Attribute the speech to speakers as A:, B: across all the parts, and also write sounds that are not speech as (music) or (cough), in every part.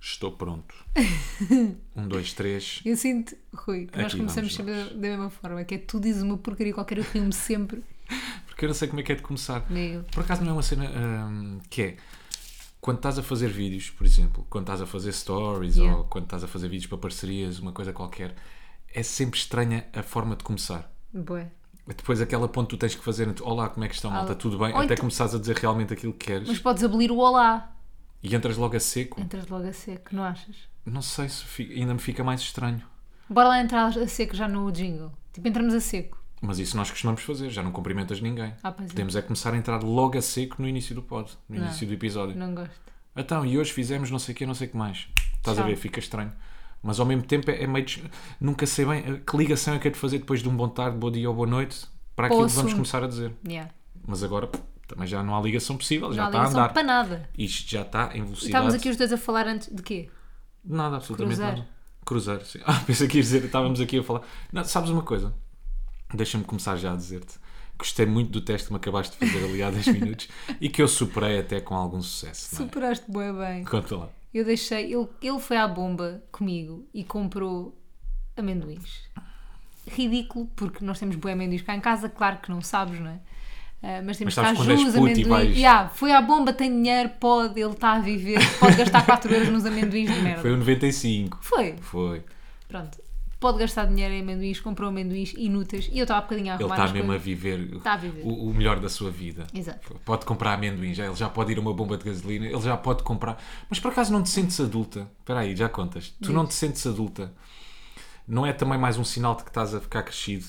A: Estou
B: (laughs)
A: pronto. um, dois, três.
B: Eu sinto, Rui, que nós
A: Aqui,
B: começamos
A: vamos
B: sempre da da mesma forma, que é tu dizes uma porcaria qualquer, eu rio-me sempre.
A: Porque eu não sei como é que é de começar.
B: Nem eu.
A: Por acaso não é uma cena hum, que é quando estás a fazer vídeos, por exemplo, quando estás a fazer stories
B: Yeah.
A: ou quando estás a fazer vídeos para parcerias, uma coisa qualquer, é sempre estranha a forma de começar. É
B: Boé.
A: Depois aquela ponto que tu tens que fazer entre, Olá, como é que estão, malta? Tudo bem?
B: Ou
A: Até
B: então-
A: começares a dizer realmente aquilo que queres
B: Mas podes abolir o olá.
A: e entras logo a seco.
B: Entras logo a seco, não achas?
A: Não sei se fica- ainda me fica mais estranho.
B: Bora lá entrar a seco já no jingle. Tipo, entramos a seco.
A: Mas isso nós costumamos fazer, já não cumprimentas ninguém.
B: Ah, pois é.
A: Podemos é começar a entrar logo a seco no início do pod, no
B: Não.
A: início do episódio.
B: Não gosto.
A: Então, e hoje fizemos não sei o quê, não sei o que mais. Estás a
B: Tchau.
A: ver, fica estranho. Mas ao mesmo tempo é, é meio. des- Nunca sei bem eh, que ligação é que é de fazer depois de um bom tarde, bom dia ou boa noite para
B: Para o
A: aquilo que vamos
B: assunto.
A: começar a dizer.
B: Yeah.
A: Mas agora pff, também já não há ligação possível, já
B: não há
A: está a
B: ligação
A: andar.
B: para nada.
A: Isto já está em
B: Estávamos
A: velocidade.
B: aqui os dois a falar antes de quê?
A: Nada, absolutamente
B: Cruzar.
A: nada. Cruzar, sim. (laughs) Ah, pensei que ia dizer, estávamos aqui a falar. Não, sabes uma coisa? Deixa-me começar já a dizer-te. Gostei muito do teste que me acabaste de fazer ali há 10 minutos e que eu superei até com algum sucesso. não é?
B: Superaste bué bem.
A: Conta lá.
B: Eu deixei, ele, ele foi à bomba comigo e comprou amendoins. Ridículo, porque nós temos bué amendoins cá em casa, claro que não sabes, não é? Ah, mas
A: Mas
B: temos
A: sabes
B: cá
A: quando és
B: jus,
A: puto e
B: amendoins.
A: vais-
B: Yeah, foi à bomba, tem dinheiro, pode, ele está a viver, pode gastar 4 euros nos amendoins de merda.
A: Foi um o 95.
B: Foi.
A: (laughs) Foi.
B: Pronto. Pode gastar dinheiro em amendoins, comprou amendoins inúteis e eu estava há bocadinho a
A: Ele
B: arrumar
A: está
B: as
A: mesmo a
B: coisas.
A: viver,
B: Está a viver.
A: O, o melhor da sua vida.
B: Exato.
A: Pode comprar amendoim, já, ele já pode ir a uma bomba de gasolina, ele já pode comprar. Mas por acaso não te sentes adulta? Espera aí, já contas. Tu não te sentes adulta. Não é também mais um sinal de que estás a ficar crescido,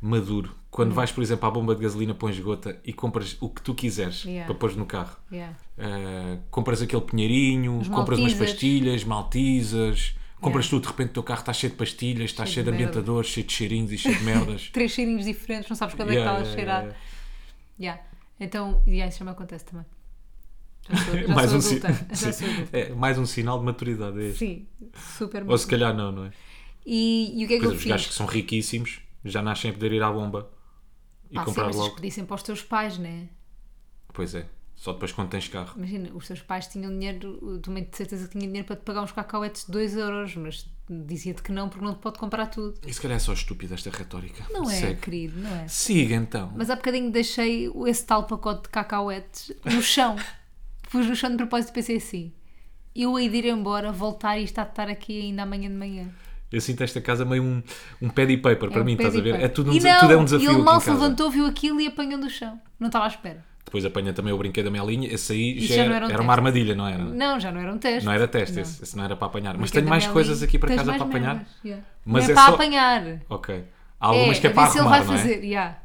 A: maduro, quando
B: Hum.
A: vais, por exemplo, à bomba de gasolina, pões gota e compras o que tu quiseres
B: Yeah.
A: para pôr no carro.
B: Yeah.
A: Uh, compras aquele pinheirinho, compras umas
B: Maltesers.
A: pastilhas, maltesas, compras tudo, de repente o teu carro está cheio de pastilhas, está
B: Cheio
A: cheio
B: de
A: de
B: merda.
A: ambientadores, cheio de cheirinhos e cheio de
B: (laughs)
A: merdas.
B: Três cheirinhos diferentes, não sabes quando
A: Yeah,
B: é que
A: yeah,
B: está a cheirar.
A: yeah,
B: Yeah. Então, yeah, isso já me acontece também. Já
A: (laughs)
B: sou, já
A: mais,
B: sou
A: um si-
B: adulta. Já sou
A: (laughs) Sim.
B: adulta.
A: É, mais um sinal de maturidade é este.
B: Sim, super
A: Ou
B: muito.
A: se calhar não, não é?
B: E, e o que é que
A: Pois,
B: eu
A: os gajos que
B: fiz?
A: são riquíssimos já nascem a poder ir à bomba e
B: Ah, sim,
A: comprar
B: mas
A: logo.
B: logo. pedissem para os teus pais, né?
A: Pois é, só depois quando tens carro.
B: Imagina, os teus pais tinham dinheiro, tu de certeza que tinha dinheiro para te pagar uns cacauetes de 2 euros, mas dizia-te que não porque não te pode comprar tudo.
A: E se calhar é só estúpida esta retórica.
B: Não é,
A: Segue.
B: querido, não é?
A: Siga então.
B: Mas há bocadinho deixei o- esse tal pacote de cacauetes
A: (laughs)
B: no chão. Pus no chão de propósito e pensei assim: eu hei de ir embora, voltar e isto há de estar aqui ainda amanhã de manhã.
A: Eu sinto esta casa meio um, um paddy paper para
B: um
A: mim, estás a
B: pé de
A: ver?
B: pé.
A: É tudo, um
B: E
A: desa-
B: não,
A: tudo é um desafio
B: E ele
A: aqui
B: mal
A: em
B: se
A: casa.
B: levantou, viu aquilo e apanhou do chão. Não estava à espera.
A: Depois apanha também o brinquedo da Melinha. Esse aí
B: Isso
A: já,
B: já não
A: era,
B: era um
A: era uma
B: teste.
A: armadilha, não era?
B: Não, já não era um teste.
A: Não era teste,
B: Não.
A: Esse, esse não era para apanhar. Mas
B: Porque
A: tenho
B: da
A: mais
B: Meli
A: coisas aqui para
B: tens
A: casa
B: mais
A: para apanhar.
B: merdas, yeah.
A: Mas
B: não é,
A: é
B: para
A: só-
B: apanhar.
A: Ok. Há algumas
B: é,
A: que é
B: a
A: para
B: ver se ele vai
A: arrumar, não é?
B: fazer. yeah.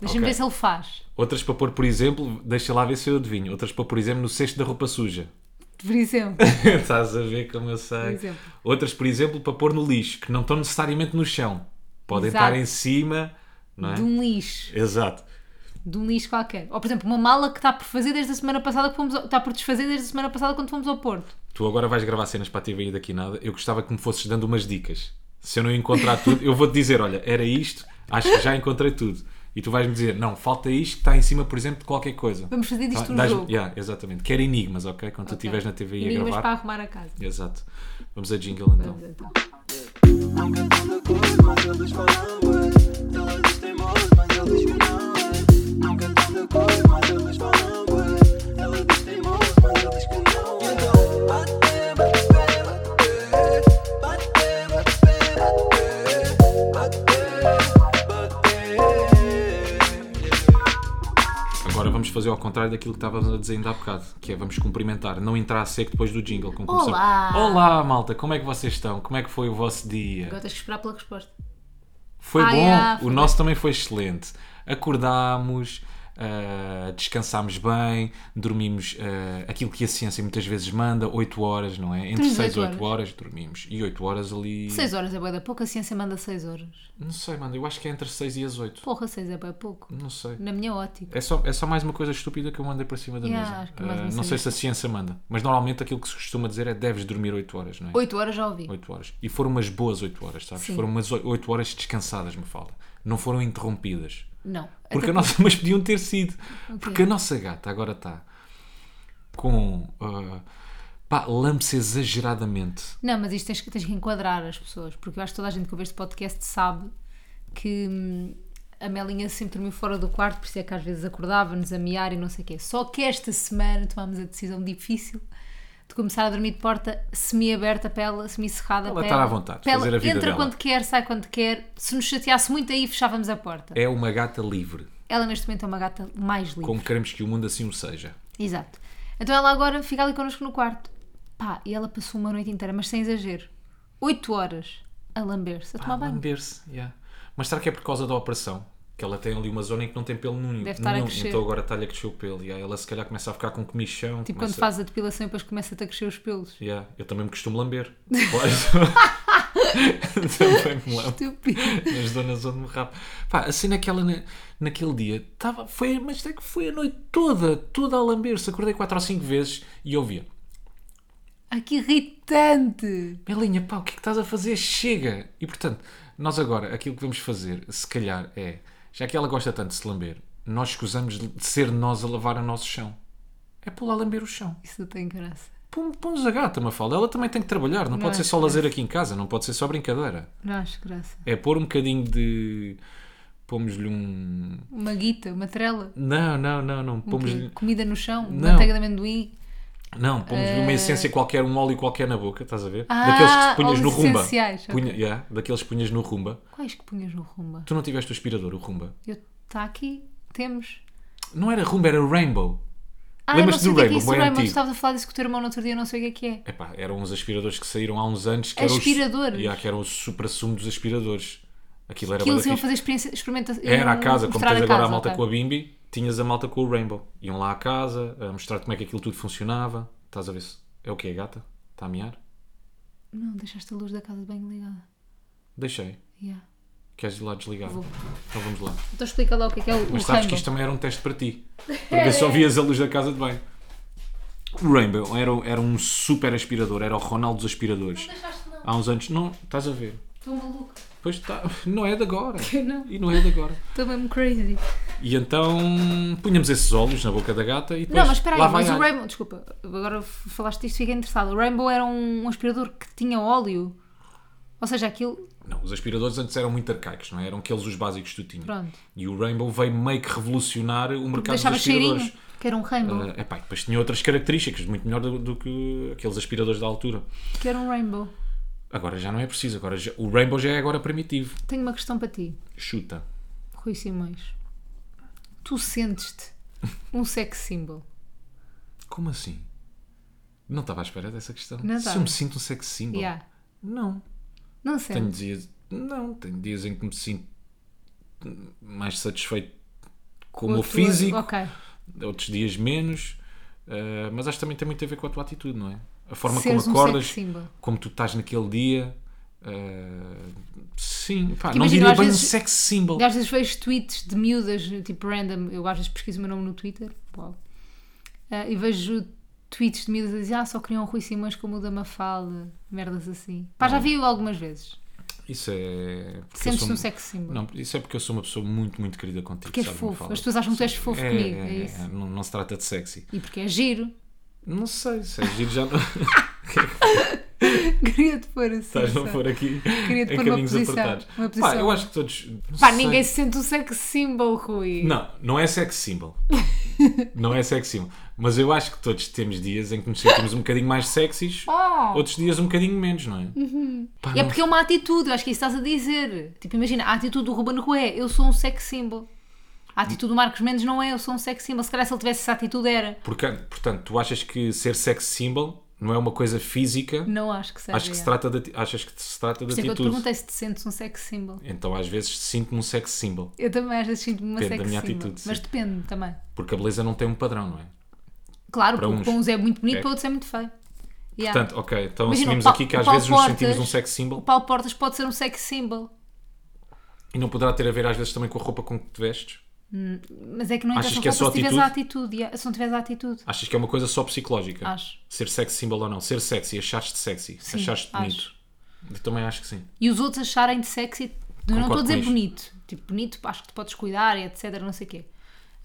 B: Deixa-me
A: Ok.
B: ver se ele faz.
A: Outras para pôr, por exemplo, deixa lá ver se eu adivinho. Outras para, por exemplo, no cesto da roupa suja. (laughs)
B: Por exemplo.
A: Estás a ver como eu sei.
B: exemplo.
A: Outras, por exemplo, para pôr no lixo, que não estão necessariamente no chão. Podem
B: Exato.
A: estar em cima, (laughs) não é?
B: De um lixo.
A: Exato.
B: De um lixo qualquer. Ou, por exemplo, uma mala que está por fazer desde a semana passada, que fomos ao- está por desfazer desde a semana passada quando fomos ao Porto.
A: Tu agora vais gravar cenas para a TV e daqui nada. Eu gostava que me fosses dando umas dicas. Se eu não encontrar tudo, eu vou-te dizer: olha, era isto, acho que já encontrei tudo. E tu vais-me dizer: não, falta isto que está em cima, por exemplo, de qualquer coisa.
B: Vamos fazer disto
A: Tá-
B: um
A: dás-
B: jogo.
A: Yeah, exatamente. Quero enigmas, ok? Quando tu
B: Ok.
A: estiveres na TV e a
B: Enigmas
A: gravar.
B: para arrumar a casa.
A: Exato. Vamos a jingle então.
B: Vamos então.
C: Não canto de cor, mas eles falam bué. Ela diz teimoso, mas ele diz que não é. Não canto de cor, mas eles falam bué. Ela diz teimoso, mas ele diz que não é. Então, bate, bate, bate, bate. Bate, bate, bate, bate. Bate, yeah.
A: Agora vamos fazer ao contrário daquilo que estávamos a dizer ainda há bocado, que é vamos cumprimentar, não entrar a seco depois do jingle. Como começou.
B: Olá!
A: Olá, malta, como é que vocês estão? Como é que foi o vosso dia?
B: Agora tens que esperar pela resposta.
A: Foi
B: Ah,
A: bom,
B: yeah,
A: o
B: foi
A: nosso também foi excelente. Acordámos, ah, descansámos bem, dormimos ah, aquilo que a ciência muitas vezes manda, 8 horas, não é? Entre
B: Tens
A: 6 e
B: oito
A: 8 horas dormimos. E 8 horas ali.
B: 6 horas é bué da pouco, a ciência manda 6 horas.
A: Não sei, mano, eu acho que é entre 6 e as 8.
B: Porra, 6 é bué pouco.
A: Não sei.
B: Na minha ótica.
A: É só, é só mais uma coisa estúpida que eu mandei para cima da
B: Yeah,
A: mesa.
B: acho que mais
A: Ah,
B: uma
A: não sei
B: cena.
A: se a ciência manda, mas normalmente aquilo que se costuma dizer é deves dormir 8 horas, não é?
B: 8 horas já ouvi.
A: 8 horas. E foram umas boas 8 horas, sabes?
B: Sim.
A: Foram umas 8 horas descansadas, me fala. Não foram interrompidas.
B: Não.
A: Porque
B: Até
A: a nossa, mas podiam ter sido. Porque a nossa gata agora está com tá ah, Pá, lambe-se exageradamente.
B: Não, mas isto tens, que- tens que enquadrar as pessoas, porque eu acho que toda a gente que ouve este podcast sabe que hum, a Melinha sempre dormiu fora do quarto, por isso é que às vezes acordava-nos a miar e não sei o quê. Só que esta semana tomámos a decisão difícil de começar a dormir de porta semi-aberta para ela, semi-cerrada
A: Ela
B: para
A: estar à vontade,
B: para ela.
A: fazer a vida
B: Entra
A: dela.
B: quando quer, sai quando quer. Se nos chateasse muito aí, fechávamos a porta.
A: É uma gata livre,
B: Ela neste momento é uma gata mais livre.
A: como queremos que o mundo assim o seja.
B: Exato. Então ela agora fica ali connosco no quarto. Pá, e ela passou uma noite inteira, mas sem exagero. 8 horas a lamber-se, a tomar
A: Ah,
B: banho.
A: lamber-se, yeah. Mas será que é por causa da operação? Que ela tem ali uma zona em que não tem pelo nenhum.
B: Deve estar a
A: nenhum.
B: crescer.
A: Então agora está-lhe a crescer o pelo. Yeah. Ela se calhar começa a ficar com comichão.
B: Tipo
A: começa...
B: quando fazes a depilação e depois começa-te a crescer os pelos.
A: Yeah. Eu também me costumo
B: (laughs)
A: lamber. Claro. (laughs) também me lambo.
B: Estúpido.
A: nas zonas onde me rapa. Pá, assim naquela, na- naquele dia, tava, foi, mas é que foi a noite toda, toda a lamber-se. Acordei 4 ou 5 vezes e ouvia:
B: Ai, que irritante!
A: Melinha, pá, o que é que estás a fazer? Chega! E portanto, nós agora, aquilo que vamos fazer, se calhar, é já que ela gosta tanto de se lamber, nós escusamos de ser nós a lavar o nosso chão. É pular a lamber o chão.
B: Isso não tem graça.
A: Pum- Pomos a gata, Mafalda. Ela também tem que trabalhar. Não, pode
B: é
A: ser só
B: que-
A: lazer aqui em casa. Não pode ser só brincadeira.
B: Não acho graça.
A: É pôr um bocadinho de... Pomos-lhe um...
B: Uma guita, uma trela,
A: Não, não, não, não.
B: um
A: Pomos
B: quê? comida no chão,
A: Não.
B: manteiga de amendoim.
A: não, pomos-lhe uma essência qualquer, um óleo qualquer na boca, estás a ver?
B: Eh, Ah,
A: daqueles que punhas no
B: óleos
A: rumba.
B: essenciais, ok.
A: Punha- yeah, daqueles que punhas no rumba.
B: Quais que punhas no rumba?
A: Tu não tiveste o aspirador, o rumba.
B: Eu Está aqui, temos.
A: Não era rumba, era rainbow.
B: Ah, eu não
A: Lembras-te
B: sei o
A: do
B: que é que é
A: Rainbow,
B: isso,
A: bem
B: Raymond.
A: antigo.
B: Estavas a falar disso com o teu irmão no outro dia, eu não sei o que é que é.
A: Epá, eram uns aspiradores que saíram há uns anos. Que Eram
B: Aspiradores?
A: os, yeah, que eram o supra-sumo dos aspiradores. Aquilo era
B: Que eles
A: bué da
B: iam
A: fixe.
B: fazer experiência, experimentação.
A: Era a casa, como tens
B: mostrar
A: agora
B: casa, tá?
A: a malta
B: ok.
A: com a Bimbi, tinhas a malta com o Rainbow. Iam lá à casa a mostrar como é que aquilo tudo funcionava. Estás a ver se é o que é, gata? Está a miar?
B: Não, deixaste a luz da casa de banho ligada.
A: Deixei.
B: Yeah.
A: Queres ir lá desligar?
B: Vou.
A: Então vamos lá.
B: Então explica lá o que é que é o,
A: Mas
B: o
A: sabes
B: Rainbow.
A: que isto também era um teste para ti. Para ver se ouvias a luz da casa de banho. O Rainbow era, o- era um super aspirador, era o Ronaldo dos aspiradores.
B: deixaste não,
A: Há uns anos. Não, estás a ver.
B: estou maluca. (laughs)
A: Pois está. (laughs) Não é de agora.
B: Eu não.
A: E não é de agora.
B: Estou mesmo crazy.
A: E então punhamos esses olhos na boca da gata e depois.
B: não, mas espera aí,
A: lá vai
B: mas o
A: alho.
B: Rainbow, desculpa, agora f- falaste disto, fiquei interessado. O Rainbow era um, um aspirador que tinha óleo. Ou seja, aquilo.
A: Não, os aspiradores antes eram muito arcaicos, não é? Eram aqueles os básicos que tu tinhas.
B: Pronto.
A: E o Rainbow veio meio que revolucionar o mercado dos
B: Deixava
A: aspiradores.
B: cheirinho. Que era um Rainbow.
A: Ah, epá, e depois tinha outras características, muito melhor do, do que aqueles aspiradores da altura.
B: Que era um Rainbow.
A: Agora já não é preciso, agora já- o Rainbow já é agora primitivo.
B: Tenho uma questão para ti,
A: Chuta.
B: Rui Simões. Tu sentes-te um sex symbol.
A: Como assim? Não estava à espera dessa questão.
B: Não
A: Se
B: estava.
A: eu me sinto um sex symbol?
B: Yeah.
A: Não.
B: Não sentes.
A: Tenho dias. Não, tenho dias em que me sinto mais satisfeito com o meu
B: Outro-
A: físico,
B: Ok.
A: outros dias menos. ah, mas acho que também tem muito a ver com a tua atitude, não é? A forma
B: Seres um
A: como acordas,
B: sex symbol.
A: como tu estás naquele dia. ah, sim, pá,
B: Porque
A: não
B: imagina,
A: diria
B: às
A: bem um
B: vezes-
A: sex symbol.
B: E às vezes vejo tweets de miúdas, tipo random, eu às vezes pesquiso o meu nome no Twitter, uau. Ah, e vejo tweets de miúdas a dizer, ah, só queriam o Rui Simões como o da Mafalda, merdas assim. Pá, já vi algumas vezes.
A: Isso é. porque eu
B: Sentes-te
A: sou-
B: um sex symbol.
A: Não, isso é porque eu sou uma pessoa muito, muito querida contigo.
B: porque és
A: sabes, não
B: fofo.
A: falo.
B: As pessoas acham que tu és fofo
A: É,
B: comigo,
A: é,
B: é,
A: é,
B: isso.
A: não, não se trata de sexy.
B: E porque é giro.
A: Não sei, se é giro já não.
B: Queria-te pôr assim.
A: Estás a
B: só.
A: pôr aqui
B: Queria-te
A: em
B: pôr numa
A: caminhos
B: posição,
A: apertados.
B: uma
A: Pá,
B: posição.
A: eu acho que todos. não
B: Pá,
A: sei.
B: ninguém se sente um sex symbol, Rui.
A: Não, não é sex
B: (laughs)
A: symbol. não é sex symbol. Mas eu acho que todos temos dias em que nos sentimos um bocadinho mais sexys,
B: Ah!
A: outros dias um bocadinho menos, não é? Pá,
B: É
A: não-
B: porque é uma atitude, eu acho que é isso que estás a dizer. Tipo, imagina, a atitude do Ruben Rué, eu sou um sex symbol. A atitude do Marcos Mendes não é, eu sou um sex symbol. Se calhar se ele tivesse essa atitude era.
A: porque- portanto, tu achas que ser sex symbol não é uma coisa física?
B: Não acho que seja.
A: Acho que se
B: é.
A: trata de, ati- achas que se trata de
B: Por isso é que eu te
A: atitude.
B: perguntei se te sentes um sex symbol.
A: Então, às vezes, sinto-me um sex symbol.
B: Eu também às vezes sinto-me uma
A: Depende da
B: sex
A: minha
B: symbol.
A: atitude, sim.
B: mas depende também.
A: Porque a beleza não tem um padrão, não é?
B: Claro,
A: Para
B: porque
A: uns.
B: para uns é muito bonito,
A: É.
B: para outros é muito feio. Yeah.
A: Portanto, ok, então
B: Imagina,
A: assumimos
B: o Pau-
A: aqui que
B: o
A: às
B: Paulo
A: vezes nos
B: Portas-
A: sentimos um sex symbol
B: o Paulo Portas pode ser um sex symbol,
A: e não poderá ter a ver às vezes também com a roupa com que te vestes.
B: mas é que não
A: Achas
B: interessa
A: que é
B: se
A: só
B: tiveres a atitude. yeah, Se não tiveres a atitude.
A: Achas que é uma coisa só psicológica?
B: Acho.
A: Ser sex symbol ou não? Ser sexy, achaste sexy,
B: Sim,
A: achaste
B: acho.
A: bonito. Eu também acho que sim.
B: e os outros acharem de sexy. Eu
A: Concordo
B: não estou a dizer
A: com isto.
B: bonito. Tipo, bonito, acho que te podes cuidar, etc. Não sei o quê.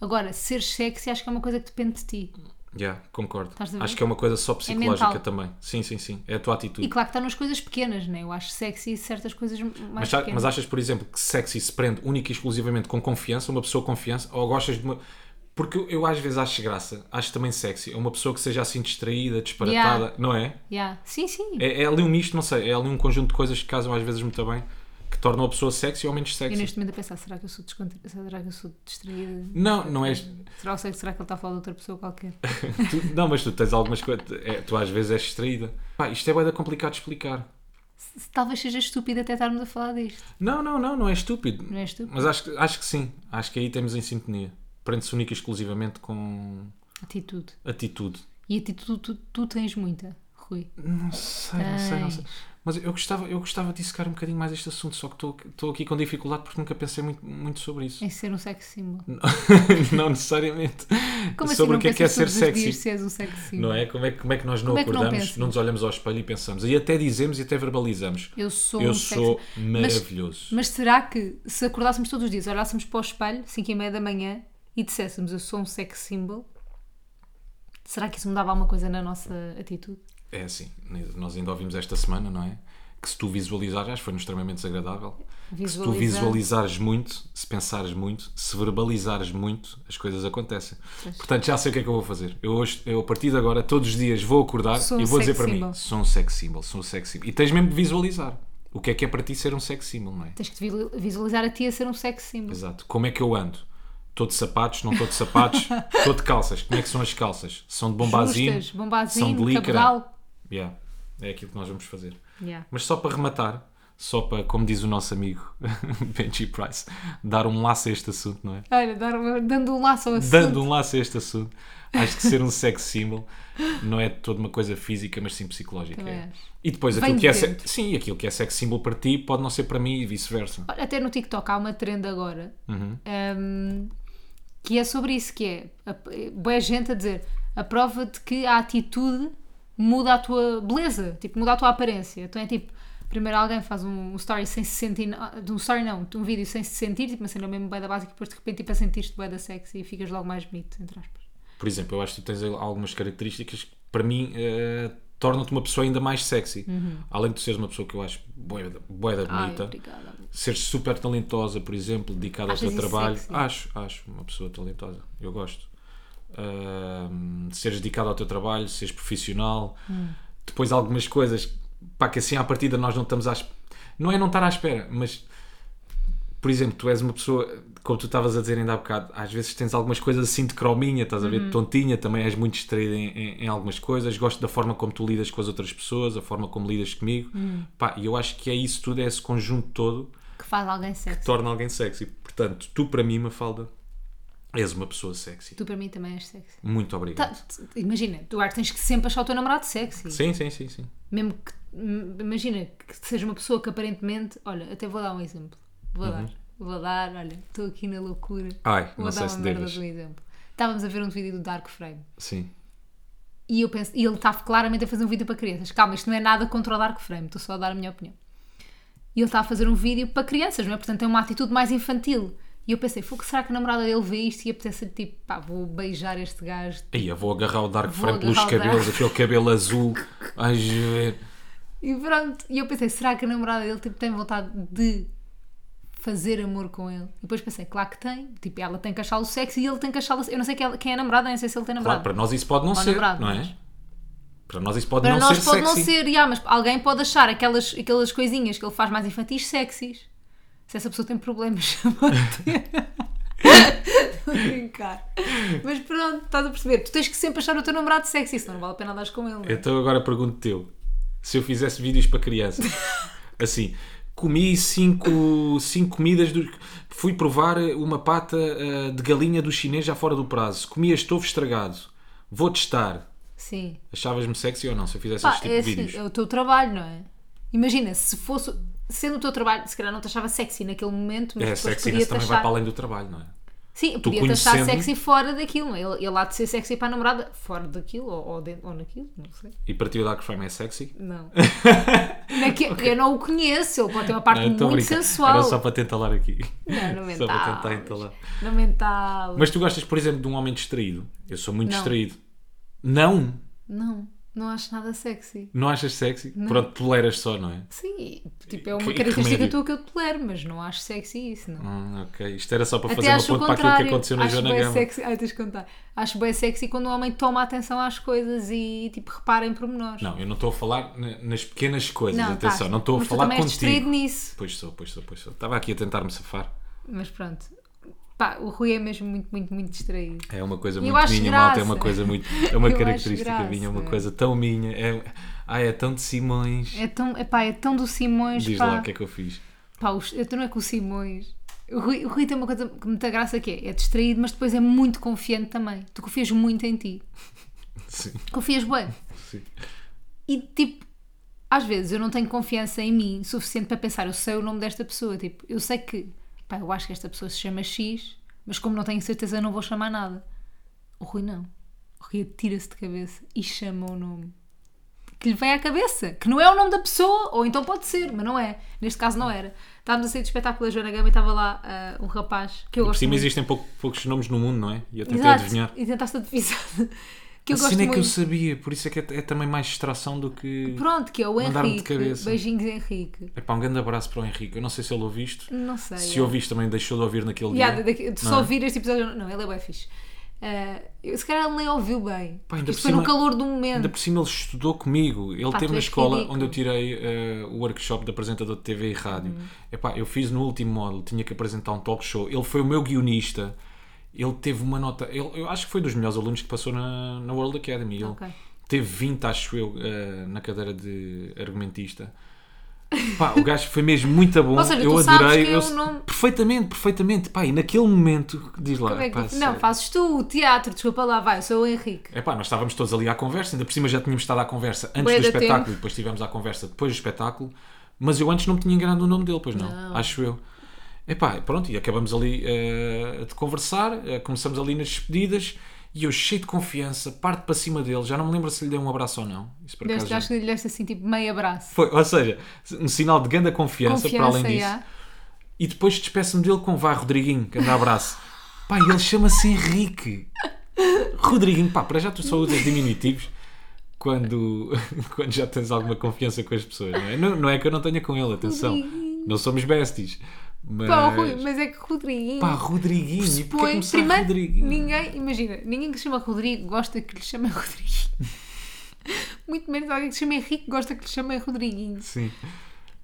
B: Agora, ser sexy acho que é uma coisa que depende de ti.
A: Yeah, concordo.
B: Estás a ver?
A: Acho que é uma coisa só psicológica
B: mental.
A: também. Sim, sim, sim. É a tua atitude.
B: E claro que está nas coisas pequenas, né? Eu acho sexy certas coisas mais
A: Mas, sa- mas
B: pequenas.
A: achas, por exemplo, que sexy se prende única e exclusivamente com confiança, uma pessoa confiança, ou gostas de uma. Porque eu, eu às vezes acho graça, acho também sexy, é uma pessoa que seja assim distraída, disparatada,
B: Yeah.
A: não é?
B: Yeah. Sim, sim.
A: é? é ali um misto, não sei, é ali um conjunto de coisas que casam às vezes muito bem, que tornam a pessoa sexy ou menos
B: Eu
A: sexy.
B: neste momento a pensar, será que eu sou, descontra... será que eu sou distraída?
A: Não, não é és.
B: Será, será, será que ele está a falar de outra pessoa qualquer?
A: tu- não, mas tu tens algumas coisas. é, tu às vezes és distraída. Pá, isto é bem complicado de explicar.
B: Se- Talvez seja estúpido até estarmos a falar disto.
A: Não, não, não, não é estúpido.
B: Não é estúpido?
A: Mas acho, que- acho que sim. Acho que aí temos em sintonia. Prende-se única e exclusivamente com
B: Atitude.
A: atitude.
B: E atitude tu, tu tens muita, Rui.
A: Não sei, não sei, não sei. Mas eu gostava, eu gostava de dissecar um bocadinho mais este assunto, só que estou- estou aqui com dificuldade porque nunca pensei muito, muito sobre isso.
B: Em ser um sex symbol.
A: (laughs) não necessariamente.
B: Como assim
A: sobre
B: não
A: o que é que é ser
B: pensas todos os
A: sexy.
B: dias se és um sex symbol?
A: Não é? Como, é? que- como é que nós não
B: Como é que não
A: acordamos,
B: pensas?
A: não, nos olhamos ao espelho e pensamos? E até dizemos e até verbalizamos.
B: Eu sou
A: eu
B: um
A: sou
B: sex
A: maravilhoso.
B: Mas será que se acordássemos todos os dias, olhássemos para o espelho, 5 e meia da manhã, e disséssemos eu sou um sex symbol, será que isso mudava alguma coisa na nossa atitude?
A: É assim, nós ainda ouvimos esta semana, não é? Que se tu visualizares, acho que foi-nos extremamente desagradável. Que se tu
B: Visualizar.
A: visualizares muito, se pensares muito, se verbalizares muito, as coisas acontecem. Portanto, já sei o que é que eu vou fazer. Eu, hoje, eu a partir de agora, todos os dias, vou acordar
B: Sou
A: e
B: um
A: vou dizer
B: sex
A: para mim:
B: symbol.
A: sou um sex symbol, sou um sex symbol. E tens mesmo de visualizar o que é que é para ti ser um sex symbol, não é?
B: Tens que te vi- visualizar a ti a ser um sex symbol.
A: Exato. Como é que eu ando? Estou de sapatos, não estou de
B: (laughs)
A: sapatos, estou de calças. Como é que são as calças? São de bombazinho?
B: Justas, bombazinho,
A: são de lycra.
B: cabedal.
A: Yeah. É aquilo que nós vamos fazer.
B: Yeah.
A: Mas só para rematar, só para, como diz o nosso amigo (laughs) Benji Price, dar um laço a este assunto, não é?
B: Olha, dar uma- dando um laço ao assunto.
A: Dando um laço a este assunto, acho que ser um sex symbol não é toda uma coisa física, mas sim psicológica.
B: Também
A: é.
B: acho.
A: E depois
B: Vem
A: aquilo
B: de
A: que é se-
B: dentro.
A: sim, aquilo que é sex symbol para ti pode não ser para mim e vice-versa.
B: Olha, Até no TikTok há uma trend agora
A: Uhum.
B: um, que é sobre isso, que é a, boa gente a dizer a prova de que a atitude muda a tua beleza, tipo, muda a tua aparência. Então é tipo, primeiro alguém faz um, um story sem se sentir, na- de um story não, de um vídeo sem se sentir, tipo, uma cena mesmo bué da básica e depois de repente tipo, a sentir-te bué da sexy e ficas logo mais bonito, entre aspas.
A: Por exemplo, eu acho que tu tens algumas características que para mim eh, tornam-te uma pessoa ainda mais sexy. Além de tu seres uma pessoa que eu acho boeda, boeda
B: Uhum. Ai,
A: bonita.
B: obrigada.
A: Seres super talentosa, por exemplo, dedicada
B: Achas
A: ao teu
B: isso
A: trabalho.
B: sexy?
A: Acho, acho, uma pessoa talentosa. Eu gosto. Ahm, seres dedicada ao teu trabalho, seres profissional.
B: Hum.
A: Depois algumas coisas pá, que assim à partida nós não estamos à es- Não é não estar à espera, mas por exemplo, tu és uma pessoa, como tu estavas a dizer ainda há bocado, às vezes tens algumas coisas assim de crominha, estás a
B: Uhum.
A: ver, tontinha, também és muito distraída em, em- em algumas coisas, gosto da forma como tu lidas com as outras pessoas, a forma como lidas comigo,
B: Hum.
A: Pá, e eu acho que é isso tudo, é esse conjunto todo
B: Que faz alguém
A: que
B: sexy.
A: torna alguém sexy. Portanto, tu para mim, Mafalda, és uma pessoa sexy.
B: Tu para mim também és sexy.
A: Muito
B: Tá,
A: obrigado.
B: t- imagina, tu Duarte, tens que sempre achar o teu namorado sexy.
A: Sim, sim, sim, sim.
B: mesmo que m- imagina que seja uma pessoa que aparentemente, olha, até vou dar um exemplo. Vou dar, vou dar, olha, estou aqui na loucura.
A: Ai, Uhum. Ah, não
B: vou dar
A: sei
B: uma
A: se
B: merda
A: devas.
B: de um exemplo. Estávamos a ver um vídeo do Dark Frame
A: Sim.
B: e eu penso, e ele estava claramente a fazer um vídeo para crianças. Calma, isto não é nada contra o Dark Frame, estou só a dar a minha opinião. E ele está a fazer um vídeo para crianças, não é? Portanto, tem uma atitude mais infantil. E eu pensei, fogo, será que a namorada dele vê isto e apetece tipo, pá, vou beijar este gajo?
A: Aí, eu vou agarrar o Dark
B: Vou
A: Frame pelos
B: agarrar o
A: cabelos,
B: Dark-
A: aquele cabelo azul. Ai, ver.
B: E pronto, e eu pensei, será que a namorada dele tipo, tem vontade de fazer amor com ele? E depois pensei, claro que tem, tipo, ela tem que achá-lo sexy e ele tem que achá-lo. Eu não sei quem é- quem é a namorada, nem sei se ele tem
A: Claro,
B: namorado.
A: para nós isso pode não
B: Ou
A: ser,
B: namorado,
A: não é?
B: mas-
A: Para nós isso pode
B: Para
A: não
B: nós
A: ser
B: pode
A: sexy.
B: não ser, já, mas alguém pode achar aquelas, aquelas coisinhas que ele faz mais infantis sexys. Se essa pessoa tem problemas, (laughs) pode ter. Estou a brincar. Mas pronto, estás a perceber. Tu tens que sempre achar o teu namorado sexy, senão não vale a pena andares com ele. não é?
A: Então agora pergunto teu. Se eu fizesse vídeos para
B: (laughs)
A: crianças, assim, comi cinco, cinco comidas, do- fui provar uma pata ah, de galinha do chinês já fora do prazo, comi estofo estragado, vou testar.
B: Sim.
A: Achavas-me sexy ou não se eu fizesse
B: Pá,
A: este tipo
B: é,
A: de
B: assim,
A: vídeos?
B: é o teu trabalho, não é? Imagina, se fosse. Sendo o teu trabalho, se calhar não te achava sexy naquele momento, mas
A: É,
B: depois
A: sexiness
B: podia te
A: também
B: achar.
A: vai para além do trabalho, não é?
B: Sim,
A: Tu
B: podia te achar
A: conhecendo-
B: sexy fora daquilo. não é? Ele, ele há de ser sexy para a namorada, fora daquilo, ou, ou, dentro, ou naquilo, não sei.
A: E para ti o Dark Frame é sexy? (laughs)
B: Não. Naque- Eu não o conheço, ele pode ter uma parte
A: estou a
B: muito
A: brincar.
B: sensual.
A: Era só para tentalar aqui.
B: Não,
A: (laughs)
B: no
A: só
B: mental.
A: para tentar entalar.
B: No mental.
A: Mas tu gostas, por exemplo, de um homem distraído? Eu sou muito
B: Não.
A: distraído. Não.
B: Não, não acho nada sexy.
A: Não achas sexy? Pronto, toleras só, não é?
B: Sim, tipo, é uma
A: Que- que
B: característica
A: remédio.
B: tua que eu tolero, mas não acho sexy isso, não.
A: Hum, ok. Isto era só para
B: Até
A: fazer uma
B: acho o
A: ponte para aquilo que
B: contrário.
A: aconteceu na
B: acho
A: Joana
B: bem
A: Gama.
B: sexy. Ai, tens de contar. Acho bem sexy quando o homem toma atenção às coisas e, tipo, repara em pormenores.
A: Não, eu não estou a falar na- nas pequenas coisas,
B: Não,
A: atenção,
B: tá.
A: não estou a
B: Mas tu
A: falar
B: também és distraído
A: contigo.
B: nisso.
A: Pois sou, pois sou, pois sou. Estava aqui a tentar-me safar.
B: Mas pronto. Pá, o Rui é mesmo muito, muito, muito distraído.
A: É uma coisa
B: Eu
A: muito
B: acho
A: minha,
B: graça.
A: malta, é uma coisa muito. É uma
B: (laughs) Eu acho
A: característica minha, é uma
B: graça.
A: coisa tão minha. É, ai, é tão de Simões.
B: É tão, epá, é tão do Simões,
A: Diz
B: pá.
A: lá o que é que eu fiz.
B: Pá, os- eu estou não é com o Simões. O Rui, o Rui tem uma coisa que me dá graça que é, é distraído, mas depois é muito confiante também. Tu confias muito em ti.
A: Sim,
B: Confias bem.
A: sim.
B: E tipo, às vezes eu não tenho confiança em mim suficiente para pensar, eu sei o nome desta pessoa. Tipo, eu sei que, pá, eu acho que esta pessoa se chama X, mas como não tenho certeza, eu não vou chamar nada. O Rui não. O Rui atira-se de cabeça e chama o nome que lhe vem à cabeça, que não é o nome da pessoa, ou então pode ser, mas não é. Neste caso não era. Estávamos a sair do espetáculo da Joana Gama e estava lá ah, um rapaz que eu
A: Por
B: gosto
A: cima
B: muito.
A: existem pouco- poucos nomes no mundo, não é? E eu tentei
B: Exato,
A: adivinhar.
B: E tentaste adivinhar. (laughs) que
A: A
B: eu gosto
A: cena é
B: muito.
A: que eu sabia, por isso é que é, é também mais distração do que.
B: Pronto, que é o
A: Mandaram-me de
B: Henrique.
A: cabeça.
B: Beijinhos, Henrique.
A: É pá, um grande abraço para o Henrique. Eu não sei se ele ouviu isto.
B: Não sei.
A: Se ouviste também, deixou de ouvir naquele
B: Ah, Yeah,
A: dia.
B: daqui- de só
A: Não é?
B: ouvir este episódio. Não, ele é bem fixe. Ah, eu- se calhar ele nem ouviu bem.
A: Pá, ainda
B: Isto
A: por
B: foi no
A: cima-
B: calor do momento.
A: Ainda por cima ele estudou comigo. Ele
B: Pá, tu
A: teve na
B: és
A: escola
B: ridículo.
A: onde eu tirei eh, o workshop de apresentador de TV e rádio.
B: Uhum.
A: Epá, eu fiz no último módulo, tinha que apresentar um talk show. Ele foi o meu guionista. Ele teve uma nota. ele- eu acho que foi dos melhores alunos que passou na, na World Academy. Ele
B: Ok.
A: teve 20, acho eu, eh, na cadeira de argumentista. Pá, o gajo foi mesmo muito bom.
B: Ou seja,
A: eu
B: tu
A: adorei.
B: sabes que é
A: eu
B: o nome-
A: Perfeitamente, perfeitamente. Pá, e naquele momento, diz lá.
B: Como é que
A: pá,
B: tu-
A: sério.
B: não, fazes tu o teatro, desculpa lá, vai, eu sou o Henrique.
A: É pá, nós estávamos todos ali à conversa, ainda por cima já tínhamos estado à conversa antes
B: Bué
A: do
B: da
A: espetáculo,
B: tempo.
A: e depois estivemos à conversa depois do espetáculo, mas eu antes não me tinha enganado o nome dele, pois não,
B: Não.
A: acho eu. É pá, pronto, e acabamos ali eh, de conversar, eh, começamos ali nas despedidas, e eu cheio de confiança, parto para cima dele, já não me lembro se lhe dei um abraço ou não. Isso por acaso é.
B: Deste,
A: já-
B: acho que lhe deste assim, tipo, meio abraço.
A: Foi, ou seja, um sinal de grande confiança, para além disso.
B: já.
A: E depois despeço-me dele com vá, Rodriguinho, grande abraço. Pá, ele chama-se Henrique. Rodriguinho, pá, para já tu só usas diminutivos quando, (laughs) quando já tens alguma confiança com as pessoas, não é? Não, não é que eu não tenha com ele, atenção.
B: Rodriguinho.
A: Não somos besties. Mas,
B: Pá, o Rui, mas é que Rodriguinho.
A: pá, Rodriguinho, e porquê
B: supõe-
A: que me sai
B: primeiro,
A: Rodriguinho?
B: ninguém, imagina, ninguém que se chama Rodrigo gosta que lhe
A: (laughs)
B: chamem Rodriguinho. Muito menos alguém que se chama Henrique gosta que lhe chamem Rodriguinho.
A: Sim.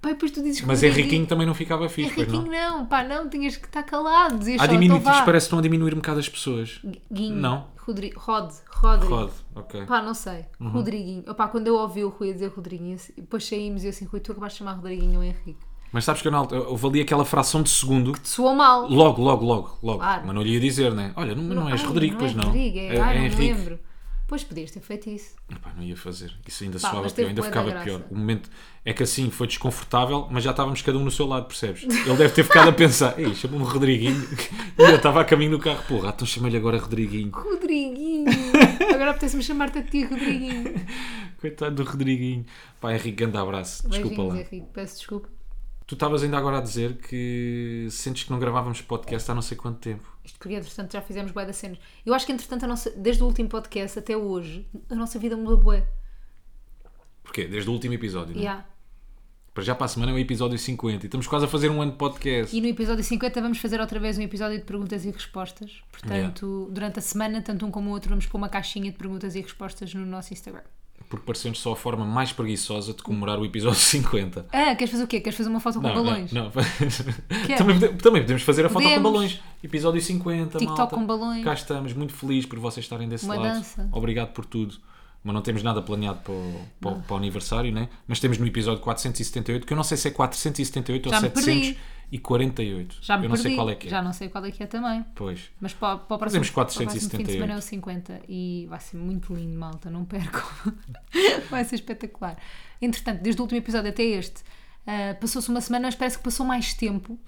B: Pá, e depois tu dizes
A: Mas
B: Rodriguinho.
A: Henriquinho também não ficava fixe, pois
B: Henriquinho
A: não?
B: É
A: Ah,
B: não, pá, não, tinhas que estar calado. Dizias
A: Há
B: só, então
A: diminutivos,
B: vá.
A: parece que estão a diminuir um bocado as pessoas.
B: Guinho.
A: Não.
B: Rodri... Rod. Rodrigo.
A: Rod, Uhum. ok.
B: Pá, não sei. Rodriguinho. Opá, quando eu ouvi o Rui a dizer Rodriguinho, assim- depois saímos e eu assim, Rui, tu acabaste de chamar Rodriguinho ou Henrique.
A: Mas sabes que eu, na altura- eu valia aquela fração de segundo
B: Soou mal.
A: Logo, logo, logo, logo.
B: Claro.
A: Mas não lhe ia dizer, né? Olha, não, não és
B: Ai,
A: Rodrigo, pois
B: é
A: não.
B: Rodrigo, é,
A: É-
B: ai,
A: é
B: não me
A: Henrique.
B: lembro. Pois podias ter feito isso.
A: Epá, não ia fazer. Isso ainda
B: Pá,
A: soava
B: mas
A: pior,
B: teve
A: ainda
B: bué da
A: ficava
B: graça.
A: pior. O momento é que assim foi desconfortável, mas já estávamos cada um no seu lado, percebes? Ele deve ter ficado a pensar, ei, chamou-me Rodriguinho. (laughs) e eu estava a caminho do carro, porra, então chamei-lhe agora Rodriguinho.
B: Rodriguinho. Agora apetece-me chamar-te a ti, Rodriguinho.
A: Coitado do Rodriguinho. Pá, Henrique, grande abraço. (laughs) Desculpa
B: Beijinhos,
A: lá.
B: Henrique. Peço desculpa.
A: Tu estavas ainda agora a dizer que sentes que não gravávamos podcast há não sei quanto tempo.
B: Isto porque, entretanto, já fizemos bué das cenas. Eu acho que, entretanto, a nossa, desde o último podcast até hoje, a nossa vida mudou bué.
A: Porquê? Desde o último episódio, não é?
B: Yeah.
A: Para já para a semana é o episódio 50 e estamos quase a fazer um ano de podcast.
B: E no episódio 50 vamos fazer outra vez um episódio de perguntas e respostas. Portanto, durante a semana, tanto um como o outro, vamos pôr uma caixinha de perguntas e respostas no nosso Instagram.
A: Porque pareceu-nos só a forma mais preguiçosa de comemorar o episódio (laughs) 50.
B: Ah, queres fazer o quê? Queres fazer uma foto com balões? é?
A: Não, não. também, pode- também podemos fazer a foto com
B: Podemos.
A: balões. Episódio 50.
B: TikTok
A: malta.
B: com balões.
A: Cá estamos, muito feliz por vocês estarem desse
B: Uma
A: lado.
B: dança.
A: Obrigado por tudo. Mas não temos nada planeado para o, para, o- para o aniversário, né? Mas temos no episódio 478, que eu não sei se é 478
B: Já
A: ou
B: me perdi.
A: 748.
B: Já me
A: eu não
B: perdi.
A: sei qual é que é.
B: Já não sei qual é que é também.
A: Pois. (laughs)
B: Mas para, para o próximo,
A: Fazemos
B: para o próximo fim de
A: 478.
B: semana é o 50 e vai ser muito lindo, malta, não percam. (laughs) vai ser espetacular. Entretanto, desde o último episódio até este, ah, passou-se uma semana, mas parece que passou mais tempo.